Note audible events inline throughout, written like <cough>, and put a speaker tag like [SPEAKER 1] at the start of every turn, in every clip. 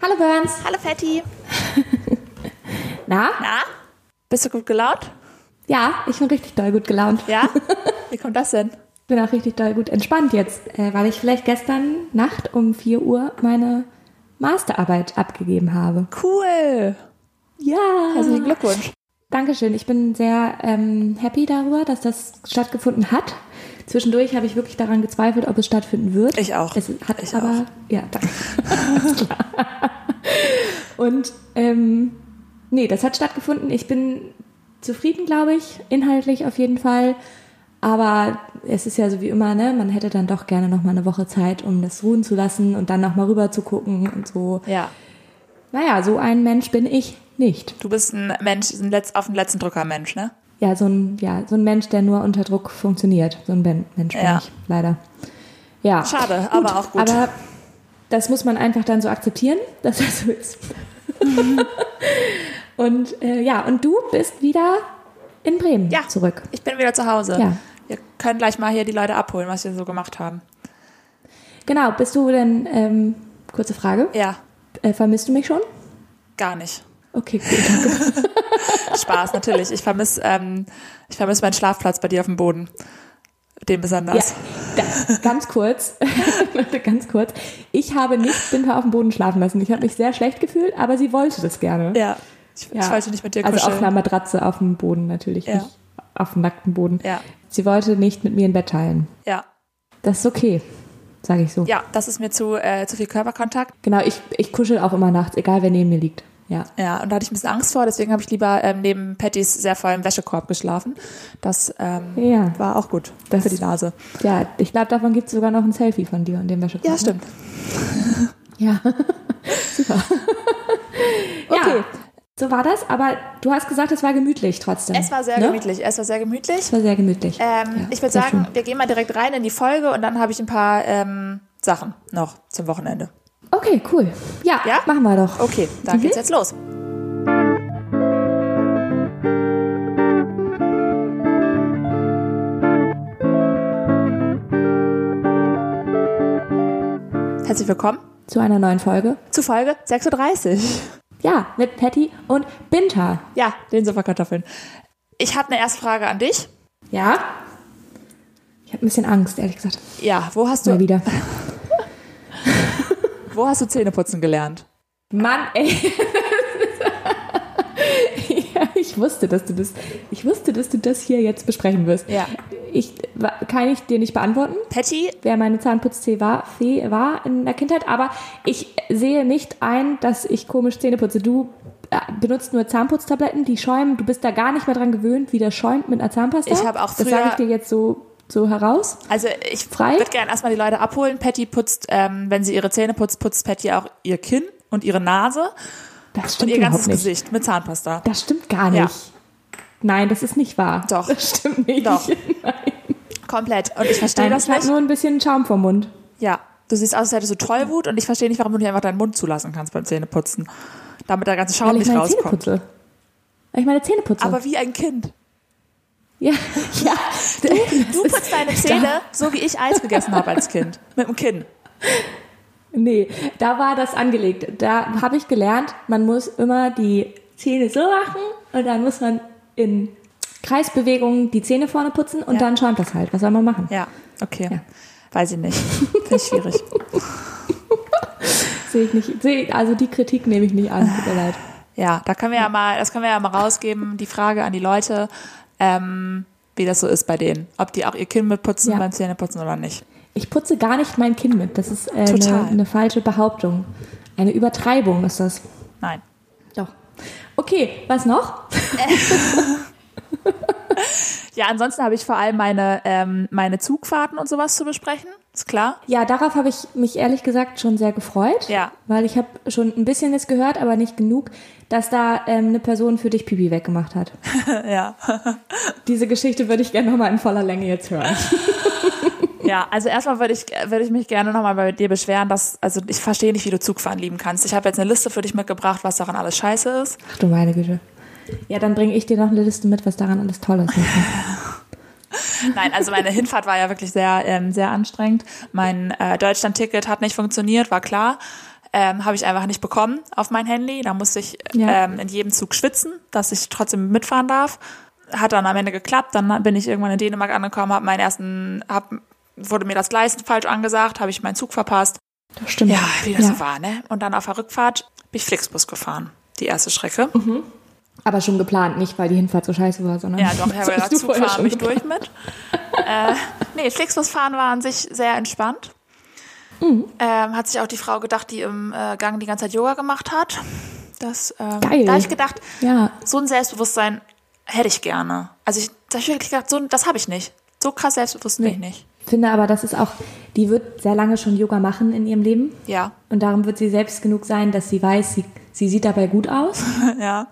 [SPEAKER 1] Hallo Burns.
[SPEAKER 2] Hallo Fetti.
[SPEAKER 1] Na?
[SPEAKER 2] Na? Bist du gut gelaunt?
[SPEAKER 1] Ja, ich bin richtig doll gut gelaunt.
[SPEAKER 2] Ja? <laughs> Wie kommt das denn?
[SPEAKER 1] Bin auch richtig doll gut entspannt jetzt, äh, weil ich vielleicht gestern Nacht um 4 Uhr meine Masterarbeit abgegeben habe.
[SPEAKER 2] Cool.
[SPEAKER 1] Ja.
[SPEAKER 2] Herzlichen Glückwunsch.
[SPEAKER 1] Dankeschön. Ich bin sehr ähm, happy darüber, dass das stattgefunden hat. Zwischendurch habe ich wirklich daran gezweifelt, ob es stattfinden wird.
[SPEAKER 2] Ich auch.
[SPEAKER 1] Es hat
[SPEAKER 2] Ich
[SPEAKER 1] aber. Ja, danke. Alles klar. Und ähm, nee, das hat stattgefunden. Ich bin zufrieden, glaube ich, inhaltlich auf jeden Fall. Aber es ist ja so wie immer, ne? Man hätte dann doch gerne noch mal eine Woche Zeit, um das ruhen zu lassen und dann noch mal rüber zu gucken und so.
[SPEAKER 2] Ja.
[SPEAKER 1] Naja, so ein Mensch bin ich nicht.
[SPEAKER 2] Du bist ein Mensch, ein letz, auf den letzten Drücker Mensch, ne?
[SPEAKER 1] Ja, so ein, ja, so ein Mensch, der nur unter Druck funktioniert. So ein Ben- Mensch bin
[SPEAKER 2] Ja.
[SPEAKER 1] ich, leider. Ja.
[SPEAKER 2] Schade, aber auch gut.
[SPEAKER 1] Aber das muss man einfach dann so akzeptieren, <laughs> dass das so
[SPEAKER 2] <laughs>
[SPEAKER 1] ist. und äh, ja, und du bist wieder in Bremen
[SPEAKER 2] Ja.
[SPEAKER 1] zurück.
[SPEAKER 2] Ich bin wieder zu Hause.
[SPEAKER 1] Ja.
[SPEAKER 2] Wir können gleich mal hier die Leute abholen, was wir so gemacht haben.
[SPEAKER 1] Genau, bist du denn, ähm, kurze Frage,
[SPEAKER 2] Ja,
[SPEAKER 1] äh, vermisst du mich schon?
[SPEAKER 2] gar nicht.
[SPEAKER 1] Okay,
[SPEAKER 2] <laughs>
[SPEAKER 1] gut.
[SPEAKER 2] Spaß, natürlich. Ich vermisse ähm, ich vermiss meinen Schlafplatz bei dir auf dem Boden. Den
[SPEAKER 1] Ja,
[SPEAKER 2] besonders.
[SPEAKER 1] da, ganz kurz, <laughs> Leute, ganz kurz. Ich habe nicht Binta auf dem Boden schlafen lassen. Ich habe mich sehr schlecht gefühlt, aber sie wollte das gerne.
[SPEAKER 2] Ja. Ich,
[SPEAKER 1] Ja.
[SPEAKER 2] ich wollte nicht mit dir
[SPEAKER 1] Also auf
[SPEAKER 2] kuscheln.
[SPEAKER 1] einer Matratze auf dem Boden natürlich,
[SPEAKER 2] Ja.
[SPEAKER 1] nicht auf dem nackten Boden.
[SPEAKER 2] Ja.
[SPEAKER 1] Sie wollte nicht mit mir ein Bett teilen.
[SPEAKER 2] ja.
[SPEAKER 1] Das ist okay, sage ich so.
[SPEAKER 2] Ja, das ist mir zu, äh, zu viel Körperkontakt.
[SPEAKER 1] Genau, ich, ich kuschel auch immer nachts, egal wer neben mir liegt. Ja.
[SPEAKER 2] Ja, und da hatte ich ein bisschen Angst vor, deswegen habe ich lieber ähm, neben Pattys sehr vollen Wäschekorb geschlafen. Das ähm,
[SPEAKER 1] Ja.
[SPEAKER 2] war auch gut
[SPEAKER 1] Das-
[SPEAKER 2] für die Nase.
[SPEAKER 1] Ja, ich glaube, davon gibt es sogar noch ein Selfie von dir und dem Wäschekorb.
[SPEAKER 2] Ja,
[SPEAKER 1] ne?
[SPEAKER 2] stimmt.
[SPEAKER 1] Ja. <laughs> Super.
[SPEAKER 2] <laughs> Okay.
[SPEAKER 1] Ja, so war das, aber du hast gesagt, es war gemütlich trotzdem.
[SPEAKER 2] Es war sehr
[SPEAKER 1] ne?
[SPEAKER 2] gemütlich. Es war sehr gemütlich.
[SPEAKER 1] Es war sehr gemütlich.
[SPEAKER 2] Ähm,
[SPEAKER 1] Ja,
[SPEAKER 2] ich würde
[SPEAKER 1] sehr
[SPEAKER 2] sagen,
[SPEAKER 1] schön.
[SPEAKER 2] wir gehen mal direkt rein in die Folge und dann habe ich ein paar ähm, Sachen noch zum Wochenende.
[SPEAKER 1] Okay, cool. Ja,
[SPEAKER 2] Ja?
[SPEAKER 1] machen wir doch.
[SPEAKER 2] Okay, dann geht's jetzt los. Herzlich willkommen
[SPEAKER 1] Zu einer neuen Folge.
[SPEAKER 2] zu Folge 36.
[SPEAKER 1] Ja, mit Patty und Binta.
[SPEAKER 2] Ja, den Sofakartoffeln. Ich habe eine erste Frage an dich.
[SPEAKER 1] Ja? Ich habe ein bisschen Angst, ehrlich gesagt.
[SPEAKER 2] Ja, wo hast
[SPEAKER 1] Mal
[SPEAKER 2] du, <laughs>
[SPEAKER 1] wieder.
[SPEAKER 2] wo hast du Zähneputzen gelernt?
[SPEAKER 1] Mann, ey. <laughs> ja, ich wusste, dass du das. Ich wusste, dass du das hier jetzt besprechen wirst.
[SPEAKER 2] Ja.
[SPEAKER 1] Ich wa- kann ich dir nicht beantworten,
[SPEAKER 2] Patty,
[SPEAKER 1] wer meine Zahnputzfee war, Fee war in der Kindheit, aber ich sehe nicht ein, dass ich komisch Zähne putze. Du äh, benutzt nur Zahnputztabletten, die schäumen. Du bist da gar nicht mehr dran gewöhnt, wie das schäumt mit einer Zahnpasta.
[SPEAKER 2] Ich habe auch
[SPEAKER 1] Das sage ich dir
[SPEAKER 2] früher-
[SPEAKER 1] jetzt so, so heraus.
[SPEAKER 2] also ich
[SPEAKER 1] Frei?
[SPEAKER 2] würde gerne erstmal die Leute abholen. Patty putzt, ähm, wenn sie ihre Zähne putzt, putzt Patty auch ihr Kinn und ihre Nase
[SPEAKER 1] Das
[SPEAKER 2] und
[SPEAKER 1] stimmt
[SPEAKER 2] ihr ganzes
[SPEAKER 1] überhaupt nicht.
[SPEAKER 2] Gesicht mit Zahnpasta.
[SPEAKER 1] Das stimmt gar nicht.
[SPEAKER 2] Ja.
[SPEAKER 1] Nein, das ist nicht wahr.
[SPEAKER 2] Doch.
[SPEAKER 1] Das stimmt nicht.
[SPEAKER 2] Doch.
[SPEAKER 1] Nein,
[SPEAKER 2] Komplett. Und ich verstehe
[SPEAKER 1] Nein
[SPEAKER 2] das
[SPEAKER 1] ich habe
[SPEAKER 2] nicht.
[SPEAKER 1] nur ein bisschen Schaum vom Mund.
[SPEAKER 2] Ja, du siehst aus, als hättest du Tollwut und ich verstehe nicht, warum du nicht einfach deinen Mund zulassen kannst beim Zähneputzen. Damit der ganze Schaum
[SPEAKER 1] Weil ich
[SPEAKER 2] nicht
[SPEAKER 1] meine Zähne
[SPEAKER 2] rauskommt.
[SPEAKER 1] putze. Weil ich meine Zähne putze.
[SPEAKER 2] Aber wie
[SPEAKER 1] <laughs>
[SPEAKER 2] ein Kind. <laughs>
[SPEAKER 1] ja, ja. Du,
[SPEAKER 2] Du putzt deine Zähne, so wie ich Eis gegessen habe als Kind. Mit dem Kinn.
[SPEAKER 1] <laughs> Nee, da war das angelegt. Da habe ich gelernt, man muss immer die Zähne so machen und dann muss man in Kreisbewegungen die Zähne vorne putzen und
[SPEAKER 2] Ja.
[SPEAKER 1] dann schäumt das halt. Was soll man machen?
[SPEAKER 2] Ja, okay.
[SPEAKER 1] Ja.
[SPEAKER 2] Weiß ich nicht. Finde ich schwierig.
[SPEAKER 1] Sehe ich nicht. Seh, also die Kritik nehme ich nicht an. Tut
[SPEAKER 2] <laughs>
[SPEAKER 1] mir leid.
[SPEAKER 2] Ja, da können wir ja mal, das können wir ja mal rausgeben, die Frage an die Leute, ähm, wie das so ist bei denen. Ob die auch ihr Kinn mitputzen
[SPEAKER 1] Ja.
[SPEAKER 2] beim Zähneputzen oder nicht.
[SPEAKER 1] Ich putze gar nicht mein Kinn mit. Das ist äh,
[SPEAKER 2] Total.
[SPEAKER 1] eine, eine falsche Behauptung. Eine Übertreibung ist das.
[SPEAKER 2] Nein.
[SPEAKER 1] Doch. Okay, was noch?
[SPEAKER 2] Ja, ansonsten habe ich vor allem meine, ähm, meine Zugfahrten und sowas zu besprechen. Ist klar.
[SPEAKER 1] Ja, darauf habe ich mich ehrlich gesagt schon sehr gefreut.
[SPEAKER 2] Ja.
[SPEAKER 1] Weil ich habe schon ein bisschen jetzt gehört, aber nicht genug, dass da ähm, eine Person für dich Pipi weggemacht hat.
[SPEAKER 2] Ja.
[SPEAKER 1] Diese Geschichte würde ich gerne nochmal in voller Länge jetzt hören.
[SPEAKER 2] Ja, also erstmal würde ich, würde ich mich gerne nochmal bei dir beschweren, dass, also ich verstehe nicht, wie du Zugfahren lieben kannst. Ich habe jetzt eine Liste für dich mitgebracht, was daran alles scheiße ist.
[SPEAKER 1] Ach du meine Güte. Ja, dann bringe ich dir noch eine Liste mit, was daran alles toll
[SPEAKER 2] <laughs>
[SPEAKER 1] ist.
[SPEAKER 2] Nein, also meine Hinfahrt war ja wirklich sehr, ähm, sehr anstrengend. Mein äh, Deutschland-Ticket hat nicht funktioniert, war klar. ähm, habe ich einfach nicht bekommen auf mein Handy. Da musste ich
[SPEAKER 1] Ja.
[SPEAKER 2] ähm, in jedem Zug schwitzen, dass ich trotzdem mitfahren darf. Hat dann am Ende geklappt. Dann bin ich irgendwann in Dänemark angekommen, habe meinen ersten, hab, wurde mir das Gleis falsch angesagt, habe ich meinen Zug verpasst.
[SPEAKER 1] Das stimmt.
[SPEAKER 2] Ja, wie das so war, ne? Und dann auf der Rückfahrt bin ich Flixbus gefahren. Die erste Strecke.
[SPEAKER 1] Aber schon geplant, nicht weil die Hinfahrt so scheiße war, sondern.
[SPEAKER 2] Ja,
[SPEAKER 1] <laughs>
[SPEAKER 2] doch, ich
[SPEAKER 1] das
[SPEAKER 2] habe
[SPEAKER 1] hast
[SPEAKER 2] gesagt,
[SPEAKER 1] du vorher
[SPEAKER 2] Zugfahren
[SPEAKER 1] schon
[SPEAKER 2] mich
[SPEAKER 1] geplant.
[SPEAKER 2] durch mit. äh, nee, Flixbusfahren war an sich sehr entspannt.
[SPEAKER 1] Mhm.
[SPEAKER 2] Ähm, hat sich auch die Frau gedacht, die im äh, Gang die ganze Zeit Yoga gemacht hat. Das, ähm,
[SPEAKER 1] Geil.
[SPEAKER 2] Da habe ich gedacht,
[SPEAKER 1] Ja,
[SPEAKER 2] so ein Selbstbewusstsein hätte ich gerne. Also ich, da habe ich wirklich gedacht, so, ein- das habe ich nicht. So krass selbstbewusst bin ich nicht.
[SPEAKER 1] finde aber, das ist auch, die wird sehr lange schon Yoga machen in ihrem Leben. <laughs>
[SPEAKER 2] Ja,
[SPEAKER 1] Und darum wird sie selbst genug sein, dass sie weiß, sie, sie sieht dabei gut aus.
[SPEAKER 2] <laughs> ja,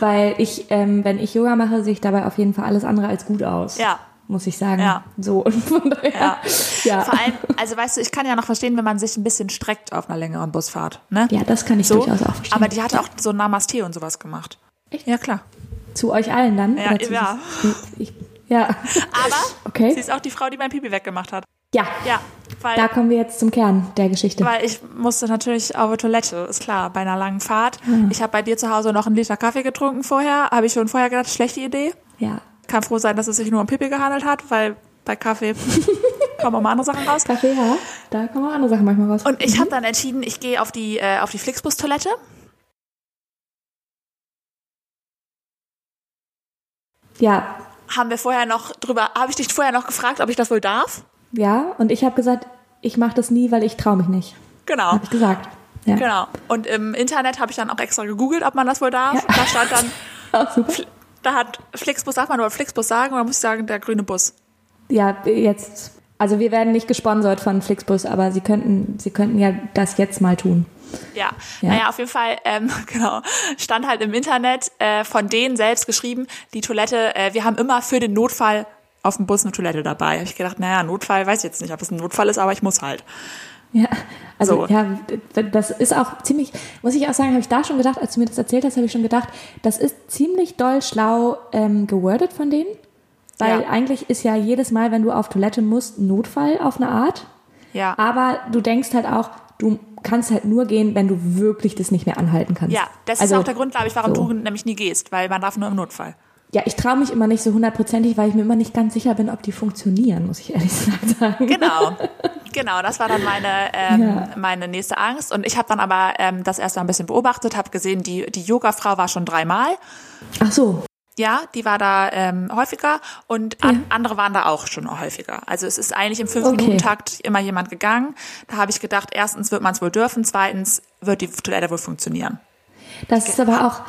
[SPEAKER 1] Weil ich, ähm, wenn ich Yoga mache, sehe ich dabei auf jeden Fall alles andere als gut aus.
[SPEAKER 2] Ja.
[SPEAKER 1] Muss ich sagen.
[SPEAKER 2] Ja.
[SPEAKER 1] So, <laughs> und von daher.
[SPEAKER 2] ja.
[SPEAKER 1] Ja.
[SPEAKER 2] Vor allem, also weißt du, ich kann ja noch verstehen, wenn man sich ein bisschen streckt auf einer längeren Busfahrt. Ne?
[SPEAKER 1] Ja, das kann ich
[SPEAKER 2] so.
[SPEAKER 1] durchaus auch verstehen.
[SPEAKER 2] Aber die hat auch so Namaste und sowas gemacht.
[SPEAKER 1] Echt?
[SPEAKER 2] Ja, klar.
[SPEAKER 1] zu euch allen dann?
[SPEAKER 2] Ja,
[SPEAKER 1] Oder zu,
[SPEAKER 2] ja.
[SPEAKER 1] Ich, ja.
[SPEAKER 2] <laughs> Aber
[SPEAKER 1] Okay.
[SPEAKER 2] sie ist auch die Frau, die mein Pipi weggemacht hat.
[SPEAKER 1] Ja.
[SPEAKER 2] Ja, weil,
[SPEAKER 1] Da kommen wir jetzt zum Kern der Geschichte.
[SPEAKER 2] weil ich musste natürlich auf die Toilette, ist klar, bei einer langen Fahrt.
[SPEAKER 1] Hm.
[SPEAKER 2] Ich habe bei dir zu Hause noch einen Liter Kaffee getrunken vorher. Habe ich schon vorher gedacht, schlechte Idee.
[SPEAKER 1] ja.
[SPEAKER 2] Kann froh sein, dass es sich nur um Pipi gehandelt hat, weil bei
[SPEAKER 1] <laughs>
[SPEAKER 2] Kaffee kommen auch mal andere Sachen raus.
[SPEAKER 1] Kaffee, ja. Da kommen auch andere Sachen manchmal raus.
[SPEAKER 2] Und ich habe dann entschieden, ich gehe auf die, äh, auf die Flixbus-Toilette.
[SPEAKER 1] ja.
[SPEAKER 2] Haben wir vorher noch drüber, habe ich dich vorher noch gefragt, ob ich das wohl darf?
[SPEAKER 1] Ja. Und ich habe gesagt, ich mache das nie, weil ich traue mich nicht.
[SPEAKER 2] Genau.
[SPEAKER 1] Habe ich gesagt. Ja.
[SPEAKER 2] Genau. Und im Internet habe ich dann auch extra gegoogelt, ob man das wohl darf. Da stand dann,
[SPEAKER 1] <laughs> Ach, super.
[SPEAKER 2] da hat Flixbus, darf man nur Flixbus sagen oder muss ich sagen, der grüne Bus?
[SPEAKER 1] Ja, jetzt. Also wir werden nicht gesponsert von Flixbus, aber sie könnten, sie könnten ja das jetzt mal tun.
[SPEAKER 2] Ja.
[SPEAKER 1] Ja.
[SPEAKER 2] Naja, auf jeden Fall, ähm, <laughs> genau, stand halt im Internet äh, von denen selbst geschrieben, die Toilette, äh, wir haben immer für den Notfall auf dem Bus eine Toilette dabei. Habe ich gedacht, naja, Notfall, weiß ich jetzt nicht, ob es ein Notfall ist, aber ich muss halt.
[SPEAKER 1] Ja, also
[SPEAKER 2] So.
[SPEAKER 1] ja, das ist auch ziemlich, muss ich auch sagen, habe ich da schon gedacht, als du mir das erzählt hast, habe ich schon gedacht, das ist ziemlich doll schlau ähm, gewordet von denen. Weil
[SPEAKER 2] Ja.
[SPEAKER 1] eigentlich ist ja jedes Mal, wenn du auf Toilette musst, Notfall auf eine Art.
[SPEAKER 2] Ja.
[SPEAKER 1] Aber du denkst halt auch, du kannst halt nur gehen, wenn du wirklich das nicht mehr anhalten kannst.
[SPEAKER 2] Ja, das
[SPEAKER 1] Also,
[SPEAKER 2] ist auch der Grund, glaube ich, warum
[SPEAKER 1] so.
[SPEAKER 2] du nämlich nie gehst, weil man darf nur im Notfall.
[SPEAKER 1] Ja, ich traue mich immer nicht so hundertprozentig, weil ich mir immer nicht ganz sicher bin, ob die funktionieren, muss ich ehrlich <laughs> sagen.
[SPEAKER 2] <laughs> Genau, genau, das war dann meine, ähm,
[SPEAKER 1] Ja.
[SPEAKER 2] meine nächste Angst. Und ich habe dann aber ähm, das erst mal ein bisschen beobachtet, habe gesehen, die, die Yoga-Frau war schon dreimal.
[SPEAKER 1] Ach so,
[SPEAKER 2] Ja, die war da ähm, häufiger und an, andere waren da auch schon häufiger. Also es ist eigentlich im Fünf-Minuten-Takt immer jemand gegangen. Da habe ich gedacht, erstens wird man es wohl dürfen, zweitens wird die Toilette wohl funktionieren.
[SPEAKER 1] Das ist aber auch,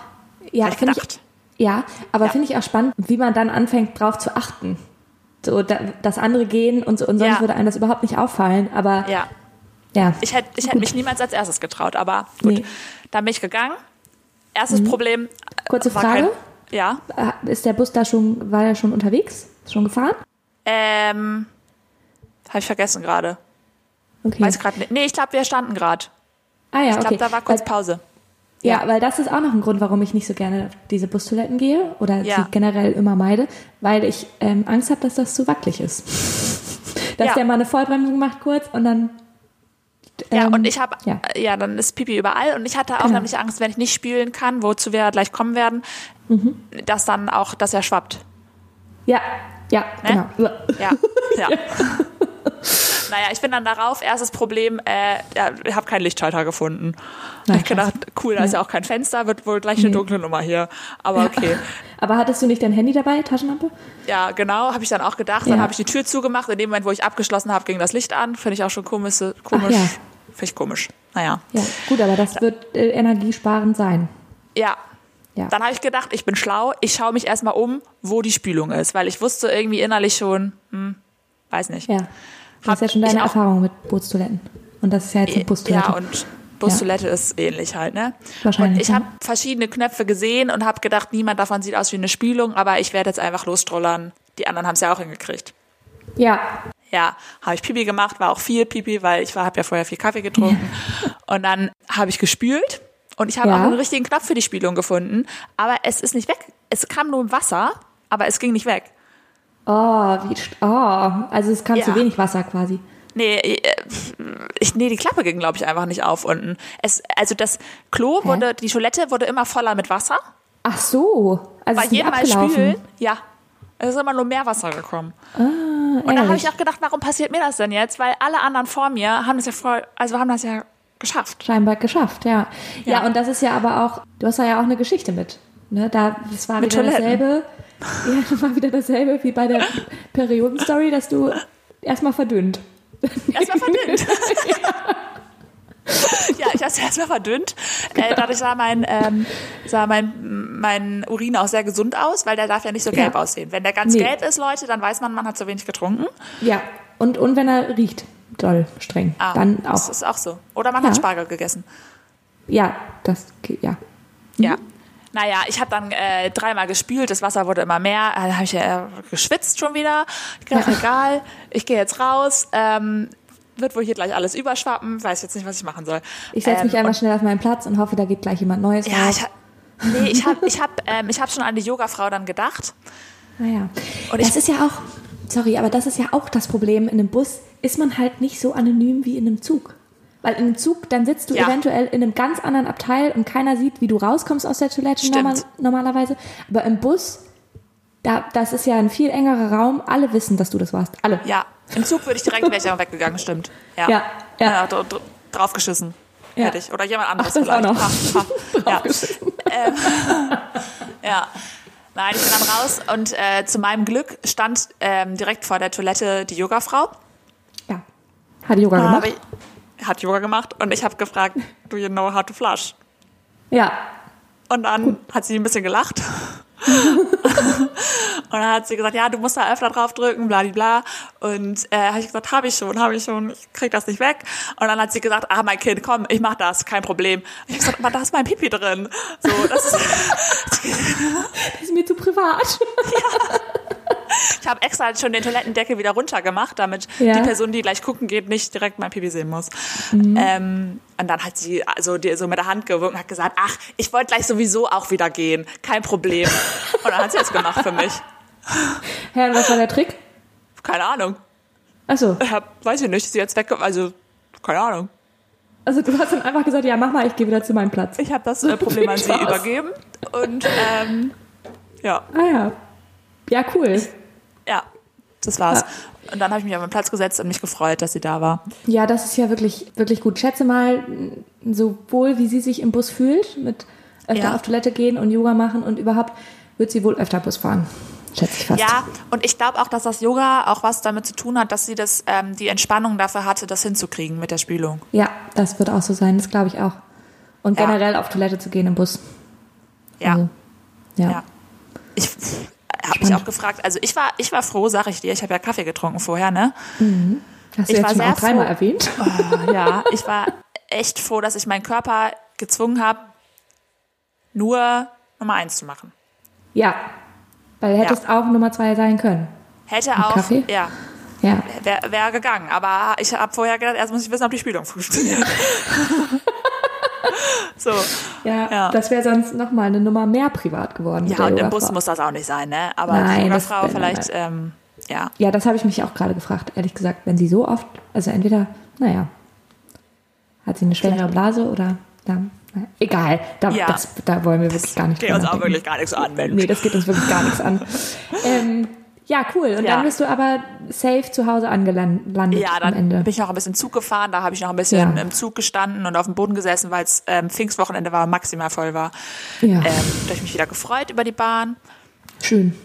[SPEAKER 1] ja,
[SPEAKER 2] Hab ich
[SPEAKER 1] finde ich,
[SPEAKER 2] gedacht.
[SPEAKER 1] ja, aber finde ich auch spannend, wie man dann anfängt, drauf zu achten. So, da, dass andere gehen und so, und sonst
[SPEAKER 2] Ja.
[SPEAKER 1] würde einem das überhaupt nicht auffallen, aber ja.
[SPEAKER 2] Ja, ich hätte ich hätt mich niemals als erstes getraut, aber gut.
[SPEAKER 1] Nee.
[SPEAKER 2] Dann bin ich gegangen. Erstes Problem. äh,
[SPEAKER 1] Kurze
[SPEAKER 2] war
[SPEAKER 1] Frage.
[SPEAKER 2] Kein, ja.
[SPEAKER 1] Äh, Ist der Bus da schon, war er schon unterwegs? Ist Schon gefahren?
[SPEAKER 2] Ähm, habe ich vergessen gerade.
[SPEAKER 1] Okay.
[SPEAKER 2] Weiß gerade nicht. Nee, ich glaube, wir standen gerade.
[SPEAKER 1] ah ja,
[SPEAKER 2] Ich glaube,
[SPEAKER 1] okay.
[SPEAKER 2] da war kurz
[SPEAKER 1] Weil-
[SPEAKER 2] Pause.
[SPEAKER 1] Ja,
[SPEAKER 2] Ja.
[SPEAKER 1] weil das ist auch noch ein Grund, warum ich nicht so gerne auf diese Bustoiletten gehe oder
[SPEAKER 2] Ja.
[SPEAKER 1] sie generell immer meide, weil ich ähm, Angst habe, dass das zu wackelig ist. <laughs> dass
[SPEAKER 2] Ja.
[SPEAKER 1] der mal eine Vollbremsung macht kurz und dann.
[SPEAKER 2] Ja,
[SPEAKER 1] ähm,
[SPEAKER 2] und ich habe,
[SPEAKER 1] ja.
[SPEAKER 2] ja. dann ist Pipi überall und ich hatte auch
[SPEAKER 1] Genau.
[SPEAKER 2] nämlich Angst, wenn ich nicht spülen kann, wozu wir ja gleich kommen werden,
[SPEAKER 1] Mhm.
[SPEAKER 2] dass dann auch, dass er schwappt.
[SPEAKER 1] Ja, ja,
[SPEAKER 2] Ne?
[SPEAKER 1] genau. <laughs>
[SPEAKER 2] Ja, ja. <laughs> naja, ich bin dann darauf, erstes Problem, äh, ja, ich habe keinen Lichtschalter gefunden.
[SPEAKER 1] Na,
[SPEAKER 2] ich
[SPEAKER 1] krass.
[SPEAKER 2] gedacht, cool, da ist ja auch kein Fenster, wird wohl gleich eine dunkle Nummer hier. Aber okay.
[SPEAKER 1] Aber hattest du nicht dein Handy dabei, Taschenlampe?
[SPEAKER 2] Ja, genau, habe ich dann auch gedacht.
[SPEAKER 1] Ja.
[SPEAKER 2] Dann habe ich die Tür zugemacht. In dem Moment, wo ich abgeschlossen habe, ging das Licht an. Finde ich auch schon komisch. komisch.
[SPEAKER 1] ja.
[SPEAKER 2] Finde ich komisch. Naja.
[SPEAKER 1] Ja, gut, aber das wird äh, energiesparend sein.
[SPEAKER 2] Ja.
[SPEAKER 1] Ja.
[SPEAKER 2] Dann habe ich gedacht, ich bin schlau. Ich schaue mich erstmal um, wo die Spülung ist. Weil ich wusste irgendwie innerlich schon, hm, weiß nicht.
[SPEAKER 1] ja. Das
[SPEAKER 2] Hab
[SPEAKER 1] ist ja schon
[SPEAKER 2] ich
[SPEAKER 1] deine
[SPEAKER 2] auch-
[SPEAKER 1] Erfahrung mit Bootstoiletten. Und das ist ja jetzt eine Bustoilette.
[SPEAKER 2] Ja, und Bustoilette ist ähnlich halt, ne?
[SPEAKER 1] Wahrscheinlich,
[SPEAKER 2] Und ich
[SPEAKER 1] ja.
[SPEAKER 2] habe verschiedene Knöpfe gesehen und habe gedacht, niemand davon sieht aus wie eine Spülung, aber ich werde jetzt einfach lostrollern. Die anderen haben es ja auch hingekriegt.
[SPEAKER 1] ja,
[SPEAKER 2] Ja, habe ich Pipi gemacht, war auch viel Pipi, weil ich habe ja vorher viel Kaffee getrunken. Und dann habe ich gespült und ich habe
[SPEAKER 1] Ja.
[SPEAKER 2] auch einen richtigen Knopf für die Spülung gefunden. Aber es ist nicht weg. Es kam nur Wasser, aber es ging nicht weg.
[SPEAKER 1] oh, wie, st- oh, also es kam zu
[SPEAKER 2] Ja.
[SPEAKER 1] wenig Wasser quasi.
[SPEAKER 2] Nee, äh, ich, nee, die Klappe ging, glaube ich, einfach nicht auf unten. Es, also das Klo
[SPEAKER 1] Hä?
[SPEAKER 2] wurde, die Toilette wurde immer voller mit Wasser.
[SPEAKER 1] Ach so. Also
[SPEAKER 2] Bei
[SPEAKER 1] ist nicht
[SPEAKER 2] jedem Mal
[SPEAKER 1] abgelaufen.
[SPEAKER 2] spülen, ja. Es ist immer nur mehr Wasser gekommen. Und dann habe
[SPEAKER 1] Ärgerlich.
[SPEAKER 2] ich auch gedacht, warum passiert mir das denn jetzt? Weil alle anderen vor mir haben das ja voll, also haben das ja geschafft.
[SPEAKER 1] scheinbar geschafft, ja. ja.
[SPEAKER 2] Ja.
[SPEAKER 1] und das ist ja aber auch, du hast da ja auch eine Geschichte mit. Ne, da, das war
[SPEAKER 2] Mit
[SPEAKER 1] wieder
[SPEAKER 2] Toiletten.
[SPEAKER 1] dasselbe. <laughs> Ja, das war wieder dasselbe wie bei der Periodenstory, dass du erstmal verdünnt.
[SPEAKER 2] Erstmal
[SPEAKER 1] <laughs>
[SPEAKER 2] verdünnt. ja, ich habe es erstmal verdünnt. Äh, dadurch sah mein, ähm, sah mein, mein Urin auch sehr gesund aus, weil der darf ja nicht so gelb
[SPEAKER 1] Ja.
[SPEAKER 2] aussehen. Wenn der ganz
[SPEAKER 1] Nee.
[SPEAKER 2] gelb ist, Leute, dann weiß man, man hat zu wenig getrunken.
[SPEAKER 1] Ja, und, und wenn er riecht, doll, streng.
[SPEAKER 2] Ah,
[SPEAKER 1] Dann
[SPEAKER 2] Das
[SPEAKER 1] auch.
[SPEAKER 2] ist auch so. Oder man
[SPEAKER 1] Ja.
[SPEAKER 2] hat Spargel gegessen.
[SPEAKER 1] Ja, das geht, ja. Mhm.
[SPEAKER 2] Ja. Naja, ich habe dann äh, dreimal gespült, das Wasser wurde immer mehr, äh, dann habe ich ja äh, geschwitzt schon wieder. Ich dachte, egal, ich gehe jetzt raus, ähm, wird wohl hier gleich alles überschwappen, weiß jetzt nicht, was ich machen soll.
[SPEAKER 1] Ich setze
[SPEAKER 2] ähm,
[SPEAKER 1] mich einmal schnell auf meinen Platz und hoffe, da geht gleich jemand Neues
[SPEAKER 2] Ja,
[SPEAKER 1] raus.
[SPEAKER 2] ich hab, nee, ich habe ich hab, ähm, ich hab schon an die Yogafrau dann gedacht.
[SPEAKER 1] Naja.
[SPEAKER 2] Und
[SPEAKER 1] das
[SPEAKER 2] ich-
[SPEAKER 1] ist ja auch, sorry, aber das ist ja auch das Problem. In einem Bus ist man halt nicht so anonym wie in einem Zug. Weil in einem Zug, dann sitzt du
[SPEAKER 2] Ja.
[SPEAKER 1] eventuell in einem ganz anderen Abteil und keiner sieht, wie du rauskommst aus der Toilette
[SPEAKER 2] Stimmt.
[SPEAKER 1] normal, normalerweise. Aber im Bus, da, das ist ja ein viel engerer Raum. Alle wissen, dass du das warst. Alle.
[SPEAKER 2] Ja, im Zug würde ich direkt wäre ich aber weggegangen, stimmt. Ja, Äh,
[SPEAKER 1] Ja, ja.
[SPEAKER 2] dr- dr- draufgeschissen.
[SPEAKER 1] Ja.
[SPEAKER 2] Hätte ich. Oder jemand anderes
[SPEAKER 1] das auch
[SPEAKER 2] vielleicht.
[SPEAKER 1] noch. <laughs>
[SPEAKER 2] Ha, ha. ja. Ähm, ja. Nein, ich bin dann raus und äh, zu meinem Glück stand ähm, direkt vor der Toilette die Yogafrau.
[SPEAKER 1] Ja. Hat Yoga
[SPEAKER 2] Hab
[SPEAKER 1] gemacht.
[SPEAKER 2] ich- Hat Yoga gemacht und ich habe gefragt, do you know how to flush?
[SPEAKER 1] Ja.
[SPEAKER 2] Und dann hat sie ein bisschen gelacht. und dann hat sie gesagt, ja, du musst da öfter drauf drücken, bladibla. Und äh, habe ich gesagt, habe ich schon, habe ich schon, ich krieg das nicht weg. Und dann hat sie gesagt, ah, mein Kind, komm, ich mach das, kein Problem. Und ich habe gesagt, aber da ist mein Pipi drin. So, das ist,
[SPEAKER 1] Das ist mir zu privat. <laughs>
[SPEAKER 2] ich habe extra halt schon den Toilettendeckel wieder runtergemacht, damit
[SPEAKER 1] Ja.
[SPEAKER 2] die Person, die gleich gucken geht, nicht direkt mein Pipi sehen muss. Ähm, und dann hat sie also die, so mit der Hand gewunken und hat gesagt, ach, ich wollte gleich sowieso auch wieder gehen, kein Problem. Und dann hat sie das gemacht für mich.
[SPEAKER 1] Herr, und was war der Trick?
[SPEAKER 2] Keine Ahnung.
[SPEAKER 1] Achso.
[SPEAKER 2] Ich hab, weiß ich nicht, sie jetzt weg, also keine Ahnung.
[SPEAKER 1] Also du hast dann einfach gesagt, ja, mach mal, ich gehe wieder zu meinem Platz.
[SPEAKER 2] Ich habe das äh, Problem an sie
[SPEAKER 1] Spaß.
[SPEAKER 2] übergeben und ähm, ja,
[SPEAKER 1] Ah ja. Ja, cool.
[SPEAKER 2] ja, das war's. Und dann habe ich mich auf meinen Platz gesetzt und mich gefreut, dass sie da war.
[SPEAKER 1] Ja, das ist ja wirklich, wirklich gut. Schätze mal, m, sowohl wie sie sich im Bus fühlt, mit öfter
[SPEAKER 2] Ja.
[SPEAKER 1] auf Toilette gehen und Yoga machen und überhaupt, wird sie wohl öfter Bus fahren. Schätze ich fast.
[SPEAKER 2] Ja, und ich glaube auch, dass das Yoga auch was damit zu tun hat, dass sie das ähm, die Entspannung dafür hatte, das hinzukriegen mit der Spülung.
[SPEAKER 1] ja, das wird auch so sein, das glaube ich auch. Und
[SPEAKER 2] Ja.
[SPEAKER 1] generell auf Toilette zu gehen im Bus.
[SPEAKER 2] Ja,
[SPEAKER 1] Also, ja.
[SPEAKER 2] ja. Ich habe mich auch gefragt, also ich war, ich war froh, sag ich dir, ich habe ja Kaffee getrunken vorher, ne?
[SPEAKER 1] Hast du
[SPEAKER 2] Ich
[SPEAKER 1] jetzt
[SPEAKER 2] war
[SPEAKER 1] schon
[SPEAKER 2] sehr
[SPEAKER 1] auch dreimal
[SPEAKER 2] froh. <laughs>
[SPEAKER 1] erwähnt?
[SPEAKER 2] Ah, ja, ich war echt froh, dass ich meinen Körper gezwungen habe, nur Nummer eins zu machen.
[SPEAKER 1] Ja. Weil hättest auch Nummer zwei sein können.
[SPEAKER 2] Hätte auch,
[SPEAKER 1] Kaffee?
[SPEAKER 2] ja,
[SPEAKER 1] Ja.
[SPEAKER 2] wäre wär gegangen. Aber ich habe vorher gedacht, erst muss ich wissen, ob die Spülung funktioniert. so.
[SPEAKER 1] Ja,
[SPEAKER 2] Ja.
[SPEAKER 1] das wäre sonst nochmal eine Nummer mehr privat geworden. mit
[SPEAKER 2] Ja,
[SPEAKER 1] der
[SPEAKER 2] und im
[SPEAKER 1] Yogafrau.
[SPEAKER 2] Bus muss das auch nicht sein, ne? Aber
[SPEAKER 1] Nein,
[SPEAKER 2] die
[SPEAKER 1] das-
[SPEAKER 2] Frau
[SPEAKER 1] nein,
[SPEAKER 2] vielleicht, ähm, ja.
[SPEAKER 1] Ja, das habe ich mich auch gerade gefragt, ehrlich gesagt. Wenn sie so oft, also entweder, naja, hat sie eine schwächere Blase oder, na, na, egal, da,
[SPEAKER 2] Ja.
[SPEAKER 1] das, da wollen wir wirklich gar nicht
[SPEAKER 2] Geht uns
[SPEAKER 1] drüber
[SPEAKER 2] auch
[SPEAKER 1] nachdenken.
[SPEAKER 2] wirklich gar nichts an, Mensch.
[SPEAKER 1] Nee, das geht uns wirklich gar nichts an.
[SPEAKER 2] <laughs>
[SPEAKER 1] Ähm, ja, cool. Und
[SPEAKER 2] Ja.
[SPEAKER 1] dann bist du aber safe zu Hause angelandet
[SPEAKER 2] Ja,
[SPEAKER 1] am
[SPEAKER 2] dann
[SPEAKER 1] Ende.
[SPEAKER 2] bin ich noch ein bisschen Zug gefahren, da habe ich noch ein bisschen
[SPEAKER 1] Ja.
[SPEAKER 2] im Zug gestanden und auf dem Boden gesessen, weil es ähm, Pfingstwochenende war, maximal voll war.
[SPEAKER 1] Ja.
[SPEAKER 2] Ähm, da habe ich mich wieder gefreut über die Bahn
[SPEAKER 1] Schön.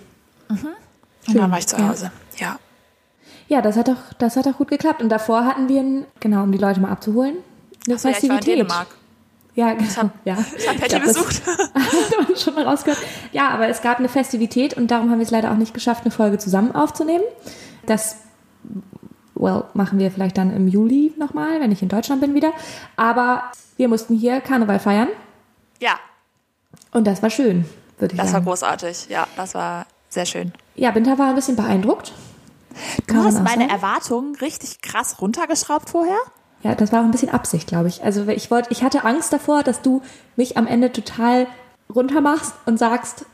[SPEAKER 2] und dann war ich zu
[SPEAKER 1] Ja.
[SPEAKER 2] Hause. Ja.
[SPEAKER 1] Ja, das hat doch, das hat doch gut geklappt. Und davor hatten wir, ein, genau, um die Leute mal abzuholen, eine
[SPEAKER 2] So, ja, ich war in
[SPEAKER 1] Festivität.
[SPEAKER 2] Dänemark.
[SPEAKER 1] Ja, genau.
[SPEAKER 2] hab-
[SPEAKER 1] <laughs> ja.
[SPEAKER 2] Ich habe Patty
[SPEAKER 1] glaub, das-
[SPEAKER 2] besucht. <laughs>
[SPEAKER 1] hat man <laughs> schon rausgehört. Ja, aber es gab eine Festivität und darum haben wir es leider auch nicht geschafft, eine Folge zusammen aufzunehmen. Das well, machen wir vielleicht dann im Juli nochmal, wenn ich in Deutschland bin wieder. Aber wir mussten hier Karneval feiern
[SPEAKER 2] Ja,
[SPEAKER 1] und das war schön, würde ich
[SPEAKER 2] das war
[SPEAKER 1] sagen.
[SPEAKER 2] großartig. Ja, das war sehr schön.
[SPEAKER 1] Ja, Binta war ein bisschen beeindruckt.
[SPEAKER 2] Du
[SPEAKER 1] Kann man
[SPEAKER 2] hast
[SPEAKER 1] auch
[SPEAKER 2] meine
[SPEAKER 1] sagen.
[SPEAKER 2] Erwartungen richtig krass runtergeschraubt vorher.
[SPEAKER 1] Ja, das war auch ein bisschen Absicht, glaube ich. Also ich wollte, ich hatte Angst davor, dass du mich am Ende total runtermachst und sagst,